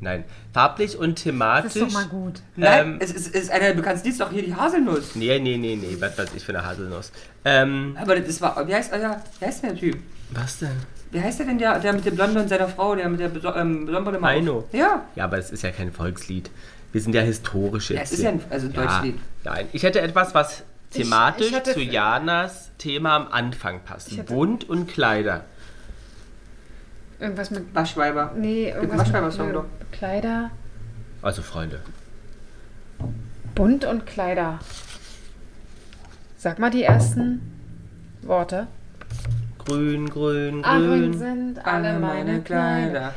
[SPEAKER 3] Nein, farblich und
[SPEAKER 1] Das
[SPEAKER 3] thematisch.
[SPEAKER 1] ist doch mal gut.
[SPEAKER 2] Nein,
[SPEAKER 3] Ähm,
[SPEAKER 2] es ist, es ist einer der bekanntesten Lieds, doch hier die Haselnuss.
[SPEAKER 3] Nee, nee, nee, nee, was weiß ich für eine Haselnuss. Ähm,
[SPEAKER 2] Aber das war, wie heißt euer, wie heißt der Typ?
[SPEAKER 3] was denn?
[SPEAKER 2] Wie heißt der denn, der, der mit dem Blonden und seiner Frau, der mit der Beso- ähm, Blondbrille mal auf-
[SPEAKER 3] Heino.
[SPEAKER 2] Ja.
[SPEAKER 3] Ja, aber es ist ja kein Volkslied. Wir sind ja historisch jetzt.
[SPEAKER 2] Ja, es ist
[SPEAKER 3] hier.
[SPEAKER 2] ja ein- also ein
[SPEAKER 3] ja,
[SPEAKER 2] deutsches Lied.
[SPEAKER 3] Nein, ich hätte etwas, was thematisch
[SPEAKER 1] ich hätte-
[SPEAKER 3] zu Janas Thema am Anfang passt.
[SPEAKER 1] hätte-
[SPEAKER 3] Bunt und Kleider.
[SPEAKER 1] Irgendwas mit.
[SPEAKER 2] Waschweiber.
[SPEAKER 1] Nee, irgendwas
[SPEAKER 2] Waschweiber Song
[SPEAKER 1] mit Kleider.
[SPEAKER 3] Also Freunde.
[SPEAKER 1] Bunt und Kleider. Sag mal die ersten Worte.
[SPEAKER 3] Grün, grün,
[SPEAKER 1] Ah, Grün
[SPEAKER 3] grün.
[SPEAKER 1] sind alle meine Kleider.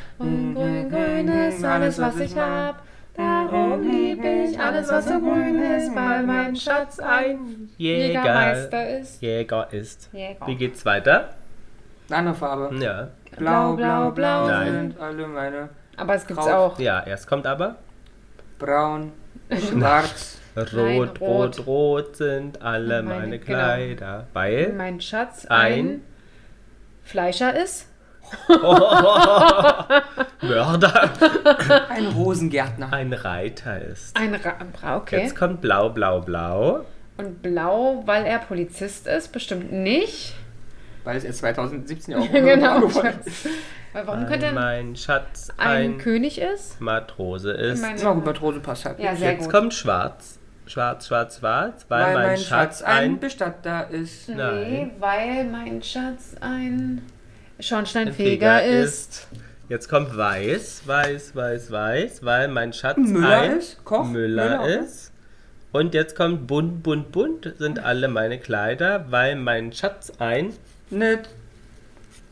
[SPEAKER 1] Und
[SPEAKER 2] Hm,
[SPEAKER 1] grün,
[SPEAKER 2] hm,
[SPEAKER 1] grün
[SPEAKER 2] hm,
[SPEAKER 1] ist alles, was ich hab. Da Darum lieb ich alles, was so grün ist, weil mein Schatz ein
[SPEAKER 3] Jäger.
[SPEAKER 1] Jägermeister ist.
[SPEAKER 3] Jäger ist.
[SPEAKER 1] Jäger.
[SPEAKER 3] Wie geht's weiter?
[SPEAKER 2] Andere Farbe.
[SPEAKER 3] Ja.
[SPEAKER 2] Blau, blau, blau
[SPEAKER 3] Hm. Nein.
[SPEAKER 2] sind alle meine.
[SPEAKER 1] Aber es gibt's
[SPEAKER 2] Rauch.
[SPEAKER 1] auch.
[SPEAKER 3] Ja, erst kommt aber.
[SPEAKER 2] Braun, schwarz.
[SPEAKER 3] Rot, rot,
[SPEAKER 1] rot.
[SPEAKER 3] rot, sind alle
[SPEAKER 1] Meine-
[SPEAKER 3] meine,
[SPEAKER 1] genau.
[SPEAKER 3] Kleider. Weil.
[SPEAKER 1] Mein Schatz ein
[SPEAKER 3] Ein-
[SPEAKER 1] Fleischer ist.
[SPEAKER 3] Mörder
[SPEAKER 2] Ein Rosengärtner.
[SPEAKER 3] [LAUGHS] ein Reiter ist.
[SPEAKER 1] Ein Ra okay.
[SPEAKER 3] Jetzt kommt blau, blau, blau.
[SPEAKER 1] Und blau, weil er Polizist ist? Bestimmt nicht.
[SPEAKER 2] Weil es erst 2017 ja auch
[SPEAKER 1] [LAUGHS] genau.
[SPEAKER 2] angefangen ist.
[SPEAKER 1] Weil warum
[SPEAKER 3] Weil
[SPEAKER 1] könnte er ein,
[SPEAKER 3] mein Schatz ein,
[SPEAKER 1] König ist?
[SPEAKER 3] Matrose ist.
[SPEAKER 1] Mein-
[SPEAKER 2] Na gut, Matrose passt halt.
[SPEAKER 1] Ja, sehr
[SPEAKER 3] Jetzt
[SPEAKER 1] gut.
[SPEAKER 3] kommt schwarz. Schwarz, schwarz, schwarz. Weil, mein, Schatz, ein.
[SPEAKER 2] Bestatter ist.
[SPEAKER 1] Nee,
[SPEAKER 3] Nein.
[SPEAKER 1] weil mein Schatz ein
[SPEAKER 3] Feger
[SPEAKER 1] Schornsteinfeger ist.
[SPEAKER 3] ist. Jetzt kommt weiß, weiß, weiß, weiß, weil mein Schatz
[SPEAKER 2] Müller
[SPEAKER 3] ein
[SPEAKER 2] ist, Koch,
[SPEAKER 3] Müller,
[SPEAKER 2] Müller,
[SPEAKER 3] ist. Und jetzt kommt bunt, bunt, bunt sind alle meine Kleider, weil mein Schatz ein
[SPEAKER 2] Eine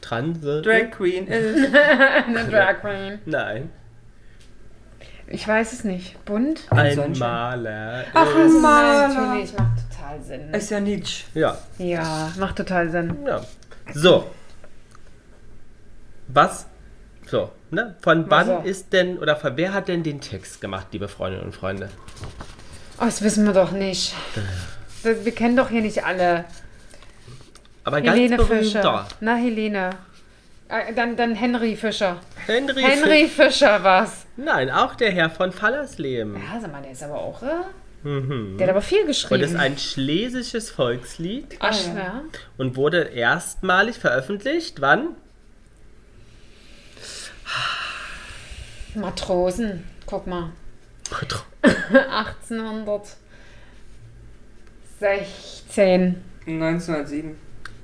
[SPEAKER 3] Transe.
[SPEAKER 2] Drag Queen ist.
[SPEAKER 3] [LAUGHS]
[SPEAKER 1] Eine Drag Queen.
[SPEAKER 3] Nein,
[SPEAKER 1] Ich weiß es nicht. Bunt?
[SPEAKER 3] ein
[SPEAKER 2] Sonnenschein.
[SPEAKER 3] Maler.
[SPEAKER 2] Ach, ein Maler.
[SPEAKER 1] Natürlich, macht total Sinn.
[SPEAKER 2] Ist ja Nietzsche.
[SPEAKER 3] Ja,
[SPEAKER 1] ja, macht total Sinn.
[SPEAKER 3] ja. So. Was? So, ne? Von wann
[SPEAKER 1] Also.
[SPEAKER 3] ist denn, oder von wer hat denn den Text gemacht, liebe Freundinnen und Freunde?
[SPEAKER 1] Oh, das wissen wir doch nicht. Das, wir kennen doch hier nicht alle.
[SPEAKER 3] Aber ein
[SPEAKER 1] Helene
[SPEAKER 3] ganz
[SPEAKER 1] Fischer.
[SPEAKER 3] berühmter.
[SPEAKER 1] Na, Helene. Äh, dann, dann Henry Fischer.
[SPEAKER 3] Henry, Fi-
[SPEAKER 1] Henry Fischer war's.
[SPEAKER 3] Nein, auch der Herr von Fallersleben.
[SPEAKER 1] Ja, sag mal, der ist aber auch. Äh? Der hat aber viel geschrieben.
[SPEAKER 3] Mhm. Und ist ein schlesisches Volkslied
[SPEAKER 1] Asch, ne? ja.
[SPEAKER 3] und wurde erstmalig veröffentlicht. Wann?
[SPEAKER 1] Matrosen. Guck mal. 1816.
[SPEAKER 2] 1907.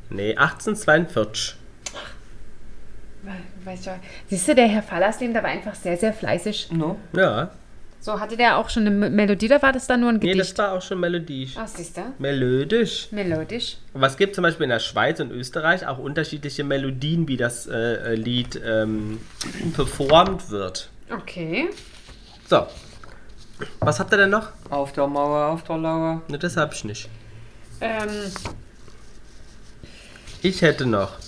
[SPEAKER 3] Nee, 1842.
[SPEAKER 1] Weißt du, siehst du, der Herr Fallersleben, der war einfach sehr, sehr fleißig.
[SPEAKER 2] No.
[SPEAKER 3] Ja.
[SPEAKER 1] So hatte der auch schon eine Me- Melodie, da war das dann nur ein
[SPEAKER 3] Nee, das
[SPEAKER 1] Gedicht.
[SPEAKER 3] war auch schon melodisch.
[SPEAKER 1] Ach, siehst du?
[SPEAKER 3] Melodisch.
[SPEAKER 1] Melodisch.
[SPEAKER 3] Aber es gibt zum Beispiel in der Schweiz und Österreich auch unterschiedliche Melodien, wie das äh, äh, Lied ähm, performt wird.
[SPEAKER 1] Okay.
[SPEAKER 3] So. Was habt ihr denn noch?
[SPEAKER 2] Auf der Mauer, auf der Lauer.
[SPEAKER 3] Ne, das hab ich nicht.
[SPEAKER 1] Ähm,
[SPEAKER 3] Ich hätte noch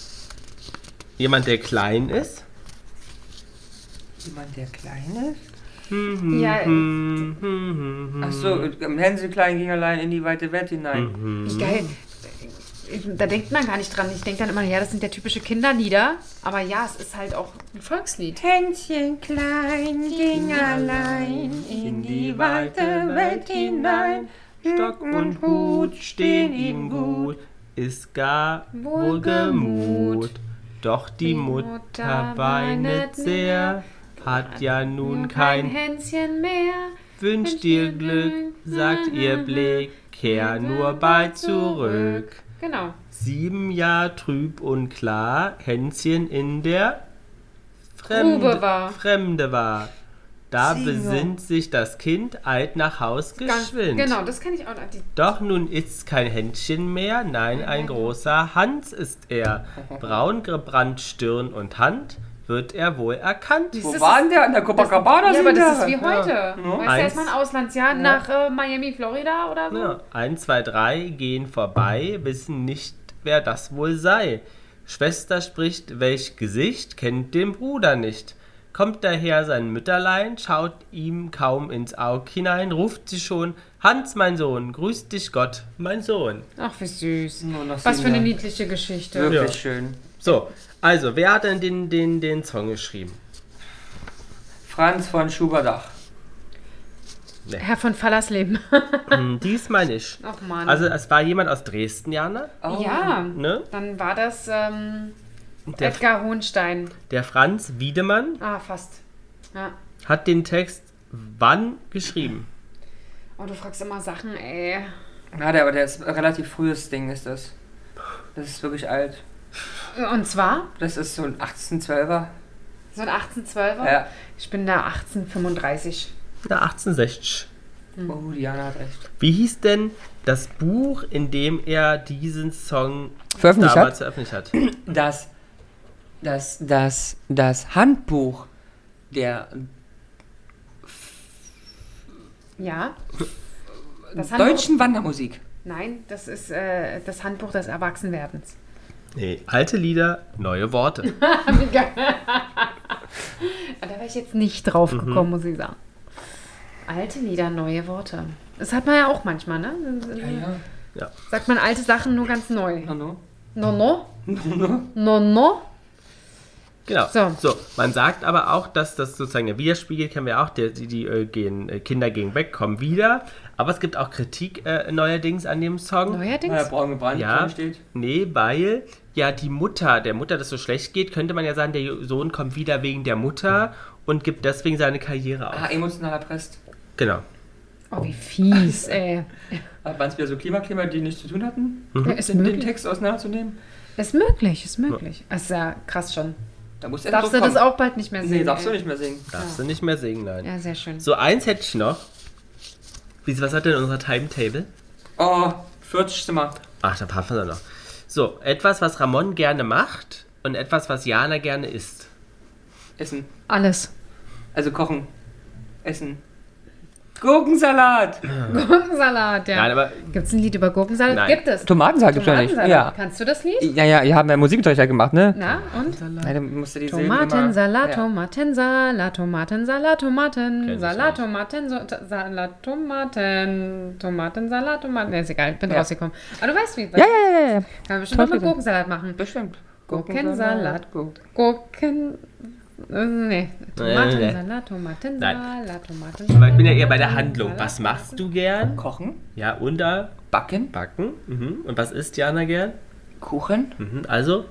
[SPEAKER 3] jemand, der klein ist.
[SPEAKER 2] Jemand, der klein ist?
[SPEAKER 3] Mhm.
[SPEAKER 1] ja,
[SPEAKER 3] Hm.
[SPEAKER 2] Achso, Hänsel klein ging allein in die weite Welt hinein.
[SPEAKER 3] Hm.
[SPEAKER 1] ich- geil. Da denkt man gar nicht dran. Ich denke dann immer, ja, das sind ja typische Kinderlieder. Aber ja, es ist halt auch ein Volkslied.
[SPEAKER 2] Händchen klein ging allein in die weite Welt hinein.
[SPEAKER 3] Stock und Hut stehen ihm gut, ist gar wohlgemut. Doch die Mutter weinet sehr, hat ja nun
[SPEAKER 1] Kein
[SPEAKER 3] kein
[SPEAKER 1] Hänschen mehr.
[SPEAKER 3] Wünscht dir Glück, sagt ihr Blick, kehr nur bald zurück.
[SPEAKER 1] Genau.
[SPEAKER 3] Sieben Jahr trüb und klar, Hänschen in der
[SPEAKER 1] Grube war.
[SPEAKER 3] Fremde war. Da
[SPEAKER 2] Sieh nur.
[SPEAKER 3] besinnt sich das Kind, eilt nach Haus
[SPEAKER 1] Ganz,
[SPEAKER 3] geschwind.
[SPEAKER 1] genau, das kann ich auch. noch. Die,
[SPEAKER 3] Doch nun ist's kein Händchen mehr, nein, ein großer Hans ist
[SPEAKER 1] [LAUGHS]
[SPEAKER 3] er. Braun gebrannt Stirn und Hand, wird er wohl erkannt.
[SPEAKER 1] Das
[SPEAKER 2] Wo
[SPEAKER 1] ist-
[SPEAKER 2] war denn der? An der Copacabana
[SPEAKER 1] ja,
[SPEAKER 2] sind
[SPEAKER 1] aber das ist
[SPEAKER 2] wir.
[SPEAKER 1] wie heute.
[SPEAKER 2] Ja.
[SPEAKER 1] Weißt du,
[SPEAKER 3] Eins.
[SPEAKER 1] erstmal ein Auslandsjahr nach äh, Miami, Florida oder so.
[SPEAKER 3] Ja, 1, 2, 3 gehen vorbei, wissen nicht, wer das wohl sei. Schwester spricht, welch Gesicht, kennt den Bruder nicht. Kommt daher sein Mütterlein, schaut ihm kaum ins Aug hinein, ruft sie schon, Hans, mein Sohn, grüß dich Gott, mein Sohn.
[SPEAKER 1] Ach, wie süß.
[SPEAKER 2] Nur noch
[SPEAKER 1] Was für eine
[SPEAKER 2] Sina.
[SPEAKER 1] niedliche Geschichte.
[SPEAKER 2] Wirklich
[SPEAKER 3] Ja.
[SPEAKER 2] schön.
[SPEAKER 3] So, also, wer hat denn den, den, den Song geschrieben?
[SPEAKER 2] Franz von Schuberdach.
[SPEAKER 1] Herr von Fallersleben. [LAUGHS]
[SPEAKER 3] Hm, Diesmal nicht.
[SPEAKER 1] Ah. Ach Mann.
[SPEAKER 3] Also, es war jemand aus Dresden, Jana,
[SPEAKER 2] Oh.
[SPEAKER 1] ja,
[SPEAKER 3] ne?
[SPEAKER 1] dann war das ähm,
[SPEAKER 3] Der,
[SPEAKER 1] Edgar Hohenstein.
[SPEAKER 3] der Franz Wiedemann
[SPEAKER 1] Ah, fast. Ja.
[SPEAKER 3] hat den Text wann geschrieben?
[SPEAKER 1] Oh, du fragst immer Sachen, ey.
[SPEAKER 2] Ja, der, aber der ist ein relativ frühes Ding, ist das. Das ist wirklich alt.
[SPEAKER 1] Und zwar
[SPEAKER 2] Das ist so ein 1812er.
[SPEAKER 1] so ein 1812er.
[SPEAKER 2] Ja.
[SPEAKER 1] Ich bin da 1835.
[SPEAKER 3] Na, 1860.
[SPEAKER 1] Hm.
[SPEAKER 2] Oh, Diana hat recht.
[SPEAKER 3] Wie hieß denn das Buch, in dem er diesen Song
[SPEAKER 2] Veröffentlicht
[SPEAKER 3] damals veröffentlicht hat?
[SPEAKER 2] Das, das, das, das Handbuch der
[SPEAKER 1] Ja. Das Handbuch,
[SPEAKER 2] Deutschen Wandermusik.
[SPEAKER 1] Nein, das ist äh, das Handbuch des Erwachsenwerdens.
[SPEAKER 3] Nee, alte Lieder, neue Worte.
[SPEAKER 1] Wie geil. da wäre ich jetzt nicht drauf gekommen, muss ich sagen. Alte Lieder, neue Worte. Das hat man ja auch manchmal, ne?
[SPEAKER 2] Ja,
[SPEAKER 3] Ja.
[SPEAKER 1] Sagt man alte Sachen nur ganz neu.
[SPEAKER 2] no, no.
[SPEAKER 1] No, no. No, no.
[SPEAKER 3] Genau.
[SPEAKER 1] So.
[SPEAKER 3] So. Man sagt aber auch, dass das sozusagen der Widerspiegel kennen wir auch, der, die, die äh, gehen, äh, Kinder gehen weg, kommen wieder. Aber es gibt auch Kritik äh, neuerdings an dem Song.
[SPEAKER 2] Weil
[SPEAKER 1] Neuerdings?
[SPEAKER 2] braun gebrannt
[SPEAKER 3] Ja,
[SPEAKER 2] drin steht.
[SPEAKER 3] nee, weil ja die Mutter, der Mutter das so schlecht geht, könnte man ja sagen, der Sohn kommt wieder wegen der Mutter und gibt deswegen seine Karriere auf.
[SPEAKER 2] Ah, emotional erpresst.
[SPEAKER 3] Genau.
[SPEAKER 1] Oh, wie fies, ey.
[SPEAKER 2] Aber Waren es Ah, wieder so Klimakleber, die nichts zu tun hatten?
[SPEAKER 1] Ja, ist
[SPEAKER 2] Den
[SPEAKER 1] möglich.
[SPEAKER 2] Text auseinanderzunehmen?
[SPEAKER 1] Ist möglich, ist möglich. Das ist ja krass schon.
[SPEAKER 2] Da musst
[SPEAKER 1] Darfst du
[SPEAKER 2] drauf
[SPEAKER 1] das
[SPEAKER 2] kommen.
[SPEAKER 1] auch bald nicht mehr sehen?
[SPEAKER 2] Nee, darfst du
[SPEAKER 1] ey.
[SPEAKER 2] nicht mehr singen.
[SPEAKER 3] Darfst du nicht mehr singen, nein.
[SPEAKER 1] Ja, sehr schön.
[SPEAKER 3] So, eins hätte ich noch. Wie- Was hat denn unser Timetable?
[SPEAKER 2] Oh, 40 Zimmer.
[SPEAKER 3] Ach, da paffen wir noch. So, etwas, was Ramon gerne macht und etwas, was Jana gerne isst.
[SPEAKER 2] Essen.
[SPEAKER 1] Alles.
[SPEAKER 2] Also kochen. Essen. Gurkensalat!
[SPEAKER 1] Gurkensalat, ja.
[SPEAKER 3] Nein, aber
[SPEAKER 1] Gibt es ein Lied über Gurkensalat?
[SPEAKER 3] Nein.
[SPEAKER 1] Gibt es.
[SPEAKER 2] Tomatensalat gibt's ja nicht.
[SPEAKER 1] Tomatensalat.
[SPEAKER 2] Ja.
[SPEAKER 1] Kannst du das Lied?
[SPEAKER 2] Ja, ja, ihr habt ja Musikunterricht gemacht, ne?
[SPEAKER 1] Na, und?
[SPEAKER 2] Nein, dann musst du die Silben
[SPEAKER 1] Tomatensalat,
[SPEAKER 2] immer-
[SPEAKER 1] Tomatensalat, Tomatensalat,
[SPEAKER 3] Kenn ich
[SPEAKER 1] Tomatensalat,
[SPEAKER 3] nicht.
[SPEAKER 1] Tomatensalat, Tomaten, Tomatensalat, Tomaten. Ja, ist egal, ich bin
[SPEAKER 2] Ja.
[SPEAKER 1] rausgekommen. Aber du weißt, wie
[SPEAKER 2] Ja, ja, ja, ja, ja.
[SPEAKER 1] Kann man bestimmt mal
[SPEAKER 2] Toll,
[SPEAKER 1] mit
[SPEAKER 2] bitte.
[SPEAKER 1] Gurkensalat machen.
[SPEAKER 2] Bestimmt.
[SPEAKER 1] Gurkensalat,
[SPEAKER 2] Gurken.
[SPEAKER 1] Gurken. äh, Nee, Tomatensalat, Tomatensalat,
[SPEAKER 3] Nein.
[SPEAKER 1] Tomatensalat.
[SPEAKER 3] aber ich bin ja eher bei der Handlung. Was machst du gern?
[SPEAKER 2] Kochen,
[SPEAKER 3] Ja, unter
[SPEAKER 2] backen,
[SPEAKER 3] Backen. Mhm. Und was isst Jana gern?
[SPEAKER 2] Kuchen.
[SPEAKER 3] Mhm. Also,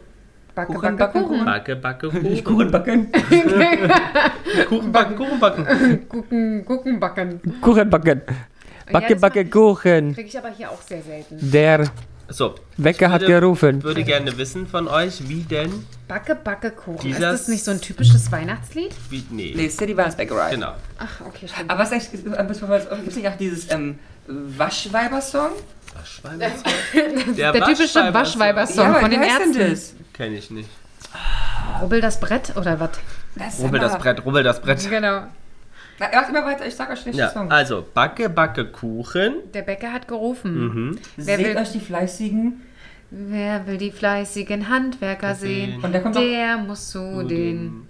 [SPEAKER 1] Backe,
[SPEAKER 2] Kuchen,
[SPEAKER 1] backe,
[SPEAKER 2] backen,
[SPEAKER 1] Kuchen.
[SPEAKER 3] Backe, Backe, Kuchen,
[SPEAKER 2] Kuchen backen.
[SPEAKER 3] Kuchen backen, Kuchen backen.
[SPEAKER 1] Kuchen, Kuchen backen.
[SPEAKER 2] [LAUGHS] Kuchen backen. Backe,
[SPEAKER 1] das
[SPEAKER 2] backe, Kuchen.
[SPEAKER 1] Kriege ich aber hier auch sehr selten.
[SPEAKER 2] Der
[SPEAKER 3] So,
[SPEAKER 2] Wecker hat gerufen.
[SPEAKER 3] ich würde gerne wissen von euch, wie denn,
[SPEAKER 1] Backe, backe, Kuchen. Ist
[SPEAKER 3] Dieses-
[SPEAKER 1] das nicht so ein typisches Weihnachtslied?
[SPEAKER 3] wie, nee,
[SPEAKER 2] Nee, City Vans Back Ride.
[SPEAKER 3] genau.
[SPEAKER 1] Ach, okay, stimmt.
[SPEAKER 2] Aber was ist eigentlich, gibt es nicht auch dieses ähm, Waschweiber-Song?
[SPEAKER 3] Waschweiber-Song?
[SPEAKER 1] Der, typische Waschweiber-Song
[SPEAKER 2] aber
[SPEAKER 1] von
[SPEAKER 2] wie
[SPEAKER 1] den
[SPEAKER 2] heißt denn
[SPEAKER 1] Ärzten.
[SPEAKER 2] das?
[SPEAKER 3] Kenne ich nicht.
[SPEAKER 1] Rubbel das Brett oder was?
[SPEAKER 2] das
[SPEAKER 3] Rubbel das Brett, rubbel das Brett.
[SPEAKER 1] Genau.
[SPEAKER 2] Na, hört immer weiter, ich sag euch schlechte
[SPEAKER 3] Ja,
[SPEAKER 2] Song.
[SPEAKER 3] also, Backe, Backe, Kuchen.
[SPEAKER 1] Der Bäcker hat gerufen. wer
[SPEAKER 2] Seht
[SPEAKER 1] will-
[SPEAKER 2] euch die Fleißigen
[SPEAKER 1] Wer will die fleißigen Handwerker sehen?
[SPEAKER 3] sehen?
[SPEAKER 2] und da kommt auch,
[SPEAKER 1] Der muss zu
[SPEAKER 3] Zu
[SPEAKER 1] den.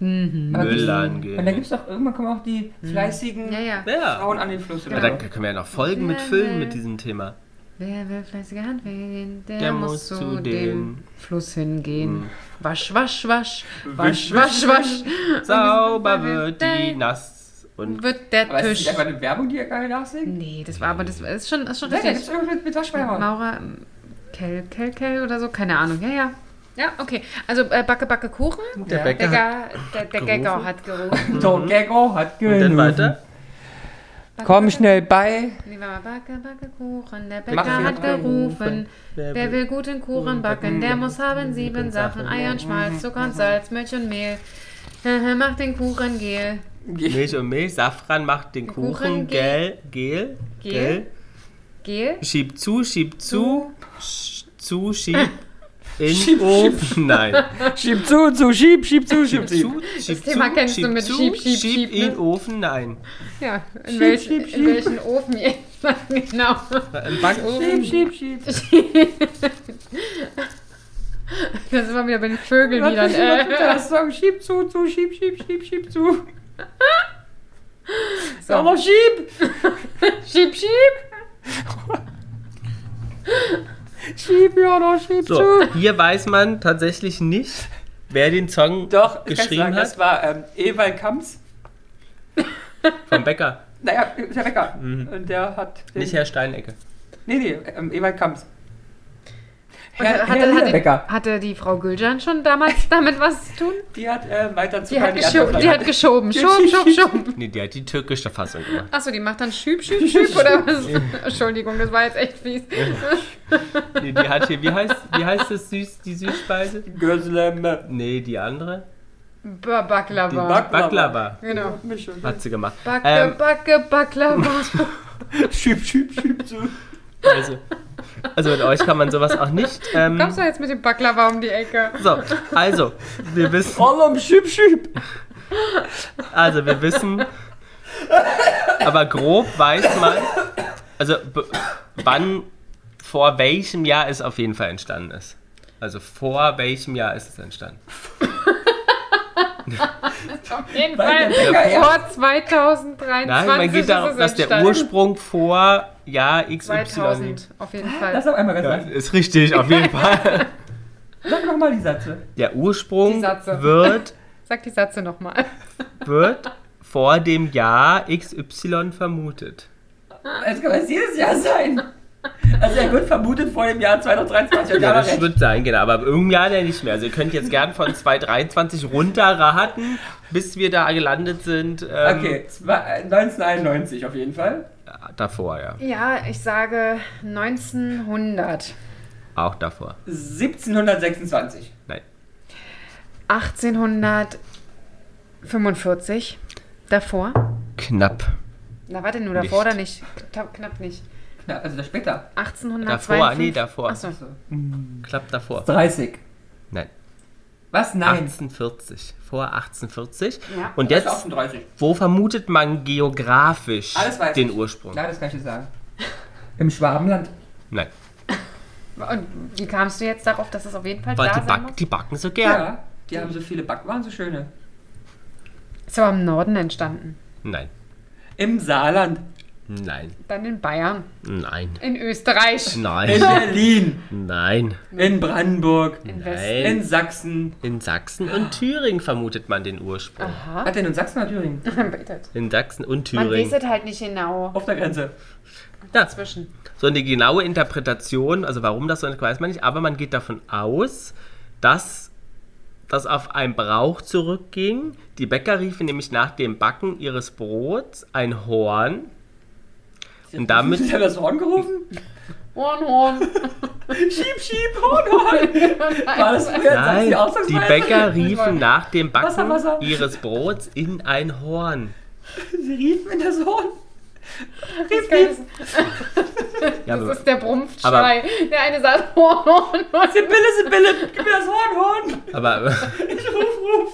[SPEAKER 1] Mhm.
[SPEAKER 2] aber gibt's-
[SPEAKER 3] Müllern
[SPEAKER 2] und da
[SPEAKER 3] gehen.
[SPEAKER 2] gibt's doch irgendwann kommen auch die fleißigen
[SPEAKER 1] Ja, ja.
[SPEAKER 3] Ja.
[SPEAKER 2] Frauen an den Fluss
[SPEAKER 3] Ja,
[SPEAKER 2] oder
[SPEAKER 3] da
[SPEAKER 2] so.
[SPEAKER 3] können wir ja noch Folgen mit füllen mit diesem Thema.
[SPEAKER 1] Wer will fleißige Handwerker sehen? Der,
[SPEAKER 3] Der
[SPEAKER 1] muss
[SPEAKER 3] muss
[SPEAKER 1] zu
[SPEAKER 3] zu
[SPEAKER 1] dem
[SPEAKER 3] den-
[SPEAKER 1] Fluss hingehen. Wasch, wasch, wasch. Wasch, wasch, wasch.
[SPEAKER 3] Sauber wird die Nass und
[SPEAKER 1] Wird der
[SPEAKER 2] Aber ist das
[SPEAKER 1] Tisch.
[SPEAKER 2] nicht einfach eine Werbung, die ihr gerade nachsingen?
[SPEAKER 1] Nee, das war aber das ist schon, ist schon
[SPEAKER 2] Nein, da gibt's
[SPEAKER 1] richtig.
[SPEAKER 2] irgendwas mit, mit Waschweiber.
[SPEAKER 1] Maurer, ähm, Kell, Kell, Kell oder so, keine Ahnung. Ja, ja. Ja, okay. Also äh, Backe, Backe, Kuchen.
[SPEAKER 3] der Bäcker. hat-
[SPEAKER 1] Bäcker, der, der Gagger hat gerufen.
[SPEAKER 2] So, Gecko hat
[SPEAKER 3] Mhm. Und
[SPEAKER 2] genug.
[SPEAKER 3] dann weiter.
[SPEAKER 2] Komm schnell bei.
[SPEAKER 1] Nee, warte mal. Backe, Backe, Kuchen. Der
[SPEAKER 2] Mach
[SPEAKER 1] Bäcker
[SPEAKER 2] sie
[SPEAKER 1] hat
[SPEAKER 2] mal.
[SPEAKER 1] gerufen.
[SPEAKER 3] Wer
[SPEAKER 1] Wer will guten Kuchen backen, der muss haben sieben Sachen. Ei und
[SPEAKER 2] Mhm.
[SPEAKER 1] Schmalz, Zucker und Salz, Milch und Mehl. Mach den Kuchen gel.
[SPEAKER 3] Milch und Milch, Safran macht den
[SPEAKER 1] Kuchen
[SPEAKER 3] Kuchen, gel, gel,
[SPEAKER 1] Gel.
[SPEAKER 3] gel.
[SPEAKER 1] Gel?
[SPEAKER 3] Schieb zu, schieb zu, sch-
[SPEAKER 1] [LAUGHS]
[SPEAKER 3] zu, schieb in Ofen. Nein.
[SPEAKER 2] Schieb zu, zu, schieb, schieb zu, schieb
[SPEAKER 3] Schieb
[SPEAKER 2] zu.
[SPEAKER 3] zu, schieb
[SPEAKER 1] Thema
[SPEAKER 3] zu,
[SPEAKER 1] kennst du
[SPEAKER 3] schieb
[SPEAKER 1] mit
[SPEAKER 3] zu,
[SPEAKER 1] schieb, schieb, schieb,
[SPEAKER 3] schieb
[SPEAKER 1] ne?
[SPEAKER 3] in Ofen. Nein.
[SPEAKER 1] Ja, in,
[SPEAKER 2] Schieb,
[SPEAKER 1] welchen,
[SPEAKER 2] schieb,
[SPEAKER 1] in
[SPEAKER 2] schieb.
[SPEAKER 1] welchen Ofen ihr. genau. [LAUGHS]
[SPEAKER 3] Im
[SPEAKER 2] Schieb,
[SPEAKER 3] Backofen.
[SPEAKER 2] schieb, schieb.
[SPEAKER 1] Da sind wir wieder bei den Vögelliedern. Äh,
[SPEAKER 2] Das Song schieb zu, zu, schieb, schieb, schieb, schieb zu.
[SPEAKER 1] [LAUGHS] So.
[SPEAKER 2] Sauber schieb!
[SPEAKER 1] [LAUGHS] schieb, schieb.
[SPEAKER 2] [LAUGHS] Schieb, ja, noch schieb
[SPEAKER 3] So,
[SPEAKER 2] zu.
[SPEAKER 3] hier weiß man tatsächlich nicht, wer den
[SPEAKER 2] Doch,
[SPEAKER 3] Song
[SPEAKER 2] das kannst du
[SPEAKER 3] geschrieben
[SPEAKER 2] sagen, das [LAUGHS]
[SPEAKER 3] hat.
[SPEAKER 2] war ähm, Ewald Kamps.
[SPEAKER 3] Vom Bäcker,
[SPEAKER 2] Naja, ist ja Bäcker. Und der hat. Den,
[SPEAKER 3] Mhm. nicht Herr Steinecke.
[SPEAKER 2] Nee, nee, ähm, Ewald Kamps.
[SPEAKER 1] Und hatte,
[SPEAKER 2] Herr- Herr
[SPEAKER 1] hatte,
[SPEAKER 2] Liederbecker.
[SPEAKER 1] hatte die Frau Gülcan schon damals damit was zu tun?
[SPEAKER 2] Die hat äh, weiter zu
[SPEAKER 1] Die hat,
[SPEAKER 2] Bernie
[SPEAKER 1] geschoben, die
[SPEAKER 2] Erdmann-
[SPEAKER 1] hat geschoben. Schub, schub, schub.
[SPEAKER 3] Nee, der hat die türkische Fassung gemacht.
[SPEAKER 1] Achso, die macht dann Schüb, Schüb, Schüb oder was? Entschuldigung, das war jetzt echt fies.
[SPEAKER 3] Nee, die hat hier, wie heißt, wie heißt das süß, die Süßspeise?
[SPEAKER 2] Gözleme.
[SPEAKER 3] Nee, die andere.
[SPEAKER 1] Ba-
[SPEAKER 3] Die
[SPEAKER 1] Baklava.
[SPEAKER 2] Bak-
[SPEAKER 3] Baklava.
[SPEAKER 1] Genau.
[SPEAKER 2] Mischung.
[SPEAKER 3] Hat sie gemacht.
[SPEAKER 1] Backe,
[SPEAKER 3] Ähm,
[SPEAKER 1] Backe, Baklava.
[SPEAKER 2] Schieb, schieb, schieb zu.
[SPEAKER 3] also, also mit euch kann man sowas auch nicht. Ähm,
[SPEAKER 1] Kommst du jetzt mit dem Baklava um die Ecke?
[SPEAKER 3] so, also, wir wissen,
[SPEAKER 2] Ollum, schieb, schieb.
[SPEAKER 3] also wir wissen, aber grob weiß man, also b- wann, vor welchem Jahr es auf jeden Fall entstanden ist. Also vor welchem Jahr ist es entstanden?
[SPEAKER 1] Auf jeden Fall vor 2023
[SPEAKER 3] Nein, man geht darum, dass der Ursprung vor Jahr XY
[SPEAKER 1] 2000, auf jeden
[SPEAKER 2] Lass
[SPEAKER 1] Fall.
[SPEAKER 2] doch einmal ganz
[SPEAKER 3] Ja,
[SPEAKER 2] sagen.
[SPEAKER 3] ist richtig, auf jeden Fall.
[SPEAKER 2] Sag nochmal die Sätze.
[SPEAKER 3] Der
[SPEAKER 1] Die
[SPEAKER 3] Ursprung
[SPEAKER 1] Satze.
[SPEAKER 3] wird,
[SPEAKER 1] Sag die Sätze nochmal.
[SPEAKER 3] wird vor dem Jahr XY vermutet.
[SPEAKER 2] Es kann es jedes Jahr sein. Also er wird vermutet vor dem Jahr 2023. und
[SPEAKER 3] Ja,
[SPEAKER 2] Ja,
[SPEAKER 3] das
[SPEAKER 2] recht.
[SPEAKER 3] wird sein, genau. Aber irgendein Jahr der nicht mehr. Also ihr könnt jetzt gern von 223 runterraten, bis wir da gelandet sind. Ähm,
[SPEAKER 2] Okay, zwei- 1991 auf jeden Fall.
[SPEAKER 3] Davor, ja.
[SPEAKER 1] Ja, ich sage 1900,
[SPEAKER 3] Auch davor.
[SPEAKER 2] 1726.
[SPEAKER 3] Nein.
[SPEAKER 1] 1845, davor.
[SPEAKER 3] Knapp.
[SPEAKER 1] Na, warte, nur davor
[SPEAKER 3] Nicht.
[SPEAKER 1] oder nicht? Knapp, knapp nicht.
[SPEAKER 2] Na, also das später.
[SPEAKER 1] 1852.
[SPEAKER 3] Davor, nee, davor.
[SPEAKER 1] Achso.
[SPEAKER 2] So.
[SPEAKER 3] Knapp davor.
[SPEAKER 2] 30.
[SPEAKER 3] Nein.
[SPEAKER 2] Was? Nein.
[SPEAKER 3] 1840. Vor 1840.
[SPEAKER 1] Ja.
[SPEAKER 3] Und
[SPEAKER 2] Das ist
[SPEAKER 3] jetzt,
[SPEAKER 2] 38.
[SPEAKER 3] wo vermutet man geografisch
[SPEAKER 2] Alles weiß
[SPEAKER 3] den
[SPEAKER 2] ich.
[SPEAKER 3] Ursprung?
[SPEAKER 2] Ja, das kann ich dir sagen. Im Schwabenland.
[SPEAKER 3] Nein.
[SPEAKER 1] Und wie kamst du jetzt darauf, dass es auf jeden Fall
[SPEAKER 3] Weil
[SPEAKER 1] da
[SPEAKER 3] die,
[SPEAKER 1] sein
[SPEAKER 3] back,
[SPEAKER 1] muss?
[SPEAKER 3] die backen so
[SPEAKER 2] Ja.
[SPEAKER 3] gern.
[SPEAKER 2] Die haben so viele Backwaren, so schöne.
[SPEAKER 1] Ist aber im Norden entstanden.
[SPEAKER 3] Nein.
[SPEAKER 2] Im Saarland.
[SPEAKER 3] Nein.
[SPEAKER 1] Dann in Bayern,
[SPEAKER 3] Nein.
[SPEAKER 1] in
[SPEAKER 3] [LAUGHS]
[SPEAKER 1] Österreich,
[SPEAKER 2] In
[SPEAKER 3] Nein.
[SPEAKER 2] Berlin.
[SPEAKER 3] Nein.
[SPEAKER 2] In Brandenburg.
[SPEAKER 1] in West.
[SPEAKER 2] In
[SPEAKER 3] Nein.
[SPEAKER 2] Sachsen.
[SPEAKER 3] In Sachsen und Thüringen vermutet man den Ursprung.
[SPEAKER 1] Aha.
[SPEAKER 2] Hat denn in Sachsen oder Thüringen?
[SPEAKER 1] Man
[SPEAKER 3] In Sachsen und
[SPEAKER 1] weiß
[SPEAKER 3] Thüringen.
[SPEAKER 1] es halt nicht genau.
[SPEAKER 2] Auf der Grenze.
[SPEAKER 3] Ja,
[SPEAKER 1] Zwischen.
[SPEAKER 3] so eine genaue Interpretation, also warum das so ist, weiß man nicht, aber man geht davon aus, dass das auf einen Brauch zurückging. Die Bäcker riefen nämlich nach dem Backen ihres Brots ein Horn. Und damit
[SPEAKER 2] Ist ja das Horn gerufen?
[SPEAKER 1] Horn,
[SPEAKER 3] [LAUGHS]
[SPEAKER 1] Horn.
[SPEAKER 2] Schieb, schieb, Horn, Horn. War das früher in Sachsen
[SPEAKER 3] Nein,
[SPEAKER 2] die
[SPEAKER 3] die
[SPEAKER 2] Ausdrucksweise?
[SPEAKER 3] Bäcker riefen nach dem Backen
[SPEAKER 2] Wasser, Wasser.
[SPEAKER 3] ihres Brots in ein Horn.
[SPEAKER 2] Sie riefen in das Horn.
[SPEAKER 1] Das ist-
[SPEAKER 3] Ja, aber-
[SPEAKER 1] Das ist der Brumpfschrei. Der eine sagt [LAUGHS] Horn, Horn, Horn.
[SPEAKER 2] Sibylle, Sibylle, gib mir das Horn, Horn.
[SPEAKER 3] aber,
[SPEAKER 2] Ruf, ruf.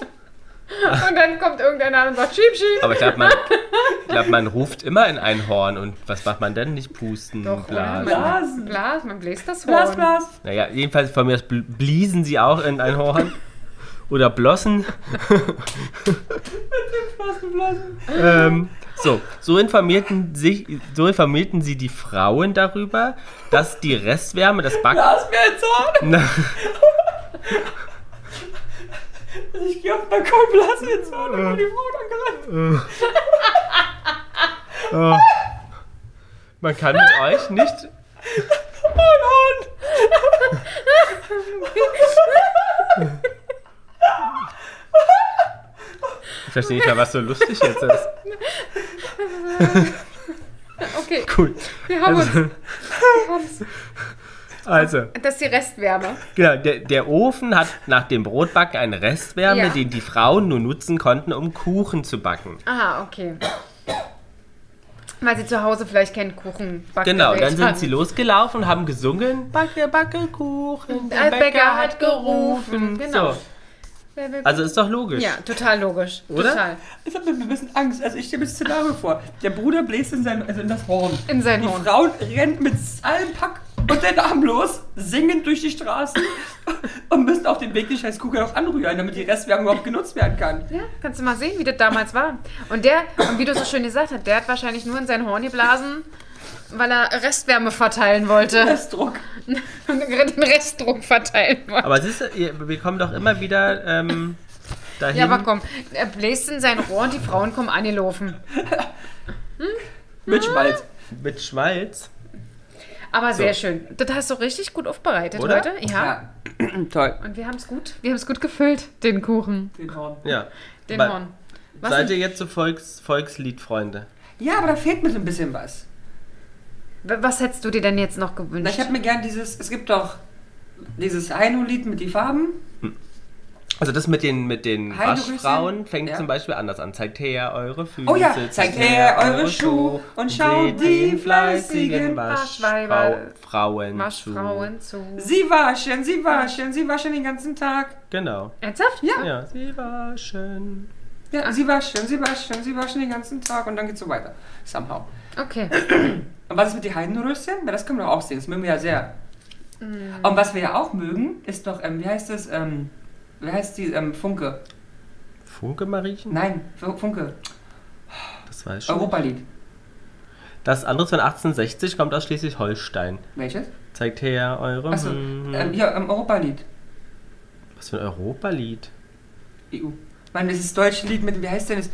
[SPEAKER 1] Und dann kommt irgendeiner an und sagt Schieb, Schieb.
[SPEAKER 3] aber ich glaube, man, ich glaub, man ruft immer in ein Horn und was macht man denn? Nicht pusten,
[SPEAKER 1] Doch, oder?
[SPEAKER 3] blasen.
[SPEAKER 2] Blasen.
[SPEAKER 1] Man, Blas, man bläst das Horn.
[SPEAKER 2] Blas, Blas.
[SPEAKER 3] Naja, jedenfalls von mir aus bl- bliesen sie auch in ein Horn. Oder blossen.
[SPEAKER 2] Blasen, blasen.
[SPEAKER 3] Ähm, so, so informierten, sich, so informierten sie die Frauen darüber, dass die Restwärme des Backens.
[SPEAKER 2] Blas mir ins Horn. Also Ich geh auf den Balkon, blas mir ins Horn. Und bin die Frau dann gerannt.
[SPEAKER 3] Man kann mit euch nicht.
[SPEAKER 2] Horn, Horn.
[SPEAKER 3] Ich verstehe nicht mehr, was so lustig jetzt ist.
[SPEAKER 1] [LAUGHS] Okay,
[SPEAKER 3] Gut.
[SPEAKER 1] wir haben uns.
[SPEAKER 3] Also,
[SPEAKER 1] Wir haben's.
[SPEAKER 3] also
[SPEAKER 1] Das ist die Restwärme.
[SPEAKER 3] genau, der, der Ofen hat nach dem Brotbacken eine Restwärme,
[SPEAKER 1] Ja.
[SPEAKER 3] die die Frauen nur nutzen konnten, um Kuchen zu backen.
[SPEAKER 1] Ah, okay. Weil sie zu Hause vielleicht keinen Kuchen backen.
[SPEAKER 3] Genau, dann sind sie losgelaufen und haben gesungen: Backe, backe Kuchen.
[SPEAKER 1] Der Bäcker hat gerufen. Genau.
[SPEAKER 3] So.
[SPEAKER 1] Wer will-
[SPEAKER 3] Also ist doch logisch.
[SPEAKER 1] ja, total logisch.
[SPEAKER 3] Oder?
[SPEAKER 1] Total.
[SPEAKER 2] Ich hab mir ein bisschen Angst. Also ich stelle mir das Szenario vor. Der Bruder bläst in, sein, also in das Horn.
[SPEAKER 1] In sein
[SPEAKER 2] Die
[SPEAKER 1] Horn.
[SPEAKER 2] Frauen rennen mit allem Pack und den Arm los, singend durch die Straßen und müssen auf dem Weg die scheiß Kugel noch anrühren, damit die Restwärme überhaupt genutzt werden kann.
[SPEAKER 1] Ja, kannst du mal sehen, wie das damals war. Und der, und wie du so schön gesagt hast, der hat wahrscheinlich nur in sein Horn geblasen, weil er Restwärme verteilen
[SPEAKER 3] [LAUGHS]
[SPEAKER 1] wollte.
[SPEAKER 2] Restdruck.
[SPEAKER 1] Und den Restdruck verteilen wollte.
[SPEAKER 3] Aber siehst du, ihr- wir kommen doch immer wieder ähm, dahin.
[SPEAKER 1] Ja, aber komm, er bläst in sein Rohr und die Frauen kommen angelaufen.
[SPEAKER 2] Mit Schmalz.
[SPEAKER 3] Mit Schmalz.
[SPEAKER 1] Aber sehr schön. Das hast du richtig gut aufbereitet
[SPEAKER 3] Oder?
[SPEAKER 1] heute. Ja.
[SPEAKER 2] [CLEARS THROAT] Toll.
[SPEAKER 1] Und wir haben es gut, wir haben es gut gefüllt, den Kuchen,
[SPEAKER 2] Den Horn.
[SPEAKER 3] Ja.
[SPEAKER 1] den
[SPEAKER 3] Aber
[SPEAKER 1] Horn. Was
[SPEAKER 3] Seid
[SPEAKER 1] denn-
[SPEAKER 3] ihr jetzt so Volks, Volksliedfreunde?
[SPEAKER 2] Ja, aber da fehlt mir so ein bisschen was.
[SPEAKER 1] w- was hättest du dir denn jetzt noch
[SPEAKER 2] Na,
[SPEAKER 1] gewünscht?
[SPEAKER 2] ich hab mir gern dieses, es gibt doch dieses Heino-Lied mit den Farben.
[SPEAKER 3] Also das mit den, mit den
[SPEAKER 2] Heidrüschen?
[SPEAKER 3] Waschfrauen fängt
[SPEAKER 2] Ja.
[SPEAKER 3] zum Beispiel anders an. Zeigt her eure Füße.
[SPEAKER 2] Oh ja, zeigt her eure Schuhe und schaut
[SPEAKER 3] seht
[SPEAKER 2] die
[SPEAKER 3] den
[SPEAKER 2] fleißigen
[SPEAKER 1] Waschweiber-
[SPEAKER 3] Waschfrau- Frauen
[SPEAKER 1] Waschfrauen zu.
[SPEAKER 2] Sie waschen, sie waschen, sie waschen den ganzen Tag.
[SPEAKER 3] zu. Genau.
[SPEAKER 2] Ah.
[SPEAKER 1] Ernsthaft?
[SPEAKER 2] Ja.
[SPEAKER 3] Ja, sie waschen.
[SPEAKER 2] Ja, sie waschen, sie waschen, sie waschen den ganzen Tag und dann geht's so weiter. Somehow.
[SPEAKER 1] Okay.
[SPEAKER 2] Und was ist mit den Heidenröschen? Na, das können wir auch sehen. Das mögen wir ja sehr. Und was wir ja auch mögen, ist doch, ähm, wie heißt das, ähm, wie heißt die, ähm, Funke?
[SPEAKER 3] Funke Mariechen?
[SPEAKER 2] Nein, Fu- Funke.
[SPEAKER 3] Das weiß ich schon.
[SPEAKER 2] Europalied.
[SPEAKER 3] Das andere von 1860 kommt aus Schleswig-Holstein.
[SPEAKER 2] Welches?
[SPEAKER 3] Zeigt her eure. Hm.
[SPEAKER 2] Achso, ähm, ja, ähm, Europalied.
[SPEAKER 3] Was für ein Europalied?
[SPEAKER 2] EU. E Mann, das ist das deutsche Lied mit, wie heißt denn das?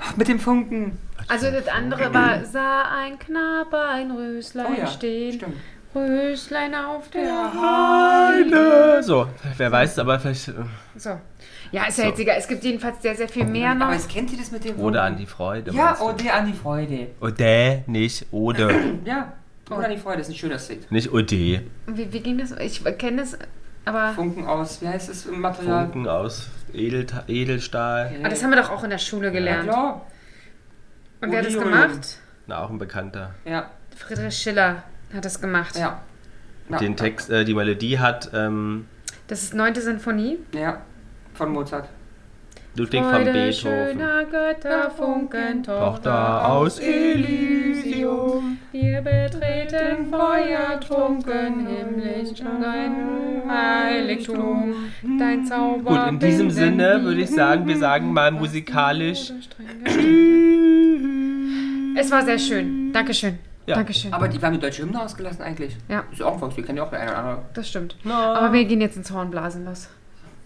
[SPEAKER 2] Ach, Mit dem Funken.
[SPEAKER 1] Also das andere war, sah ein Knabe ein Röslein stehen.
[SPEAKER 2] Oh stimmt.
[SPEAKER 1] Röslein auf der
[SPEAKER 2] Ja.
[SPEAKER 1] Heide.
[SPEAKER 3] So, wer weiß, aber vielleicht äh,
[SPEAKER 1] So. Ja, ist ja jetzt egal. Es gibt jedenfalls sehr, sehr viel mehr
[SPEAKER 2] Aber
[SPEAKER 1] noch.
[SPEAKER 2] jetzt kennt ihr das mit dem
[SPEAKER 3] Ode
[SPEAKER 2] Funken?
[SPEAKER 3] an die Freude.
[SPEAKER 2] Ja,
[SPEAKER 3] meinst
[SPEAKER 2] Ode an die Freude.
[SPEAKER 3] du? Ode, nicht Ode.
[SPEAKER 2] Ja, Ode an die Freude ist ein schönes Lied.
[SPEAKER 3] nicht Ode.
[SPEAKER 1] Wie, wie ging das? Ich kenne das, aber...
[SPEAKER 2] Funken aus, wie heißt das im Material?
[SPEAKER 3] Funken aus Edelta Edelstahl.
[SPEAKER 1] Ah, das haben wir doch auch in der Schule
[SPEAKER 2] Ja,
[SPEAKER 1] gelernt.
[SPEAKER 2] klar.
[SPEAKER 1] Und wer hat das
[SPEAKER 2] Ui, ui,
[SPEAKER 1] gemacht?
[SPEAKER 3] Na, auch ein Bekannter.
[SPEAKER 2] Ja,
[SPEAKER 1] Friedrich Schiller hat das gemacht.
[SPEAKER 2] ja. Ja,
[SPEAKER 3] Den Text, äh, die Melodie hat ähm,
[SPEAKER 1] Das ist neunte Sinfonie.
[SPEAKER 2] Ja, von Mozart.
[SPEAKER 3] Ludwig van Beethoven.
[SPEAKER 1] schöner Götter, Funken, Tochter
[SPEAKER 3] Tochter aus Elysium.
[SPEAKER 1] Wir betreten Feuertrunken, himmlisch dein Heiligtum, dein Zauber.
[SPEAKER 3] Gut, in diesem
[SPEAKER 1] binden
[SPEAKER 3] Sinne
[SPEAKER 1] die-
[SPEAKER 3] würde ich sagen, wir sagen mal musikalisch.
[SPEAKER 1] Es war sehr schön. Dankeschön.
[SPEAKER 3] Ja.
[SPEAKER 1] Dankeschön.
[SPEAKER 2] Aber die, wir haben die deutsche Hymne ausgelassen eigentlich.
[SPEAKER 1] Ja.
[SPEAKER 2] Ist ja auch ein Volkslied, kennt ja auch der eine oder andere.
[SPEAKER 1] Das stimmt. Aber wir gehen jetzt ins Hornblasen los.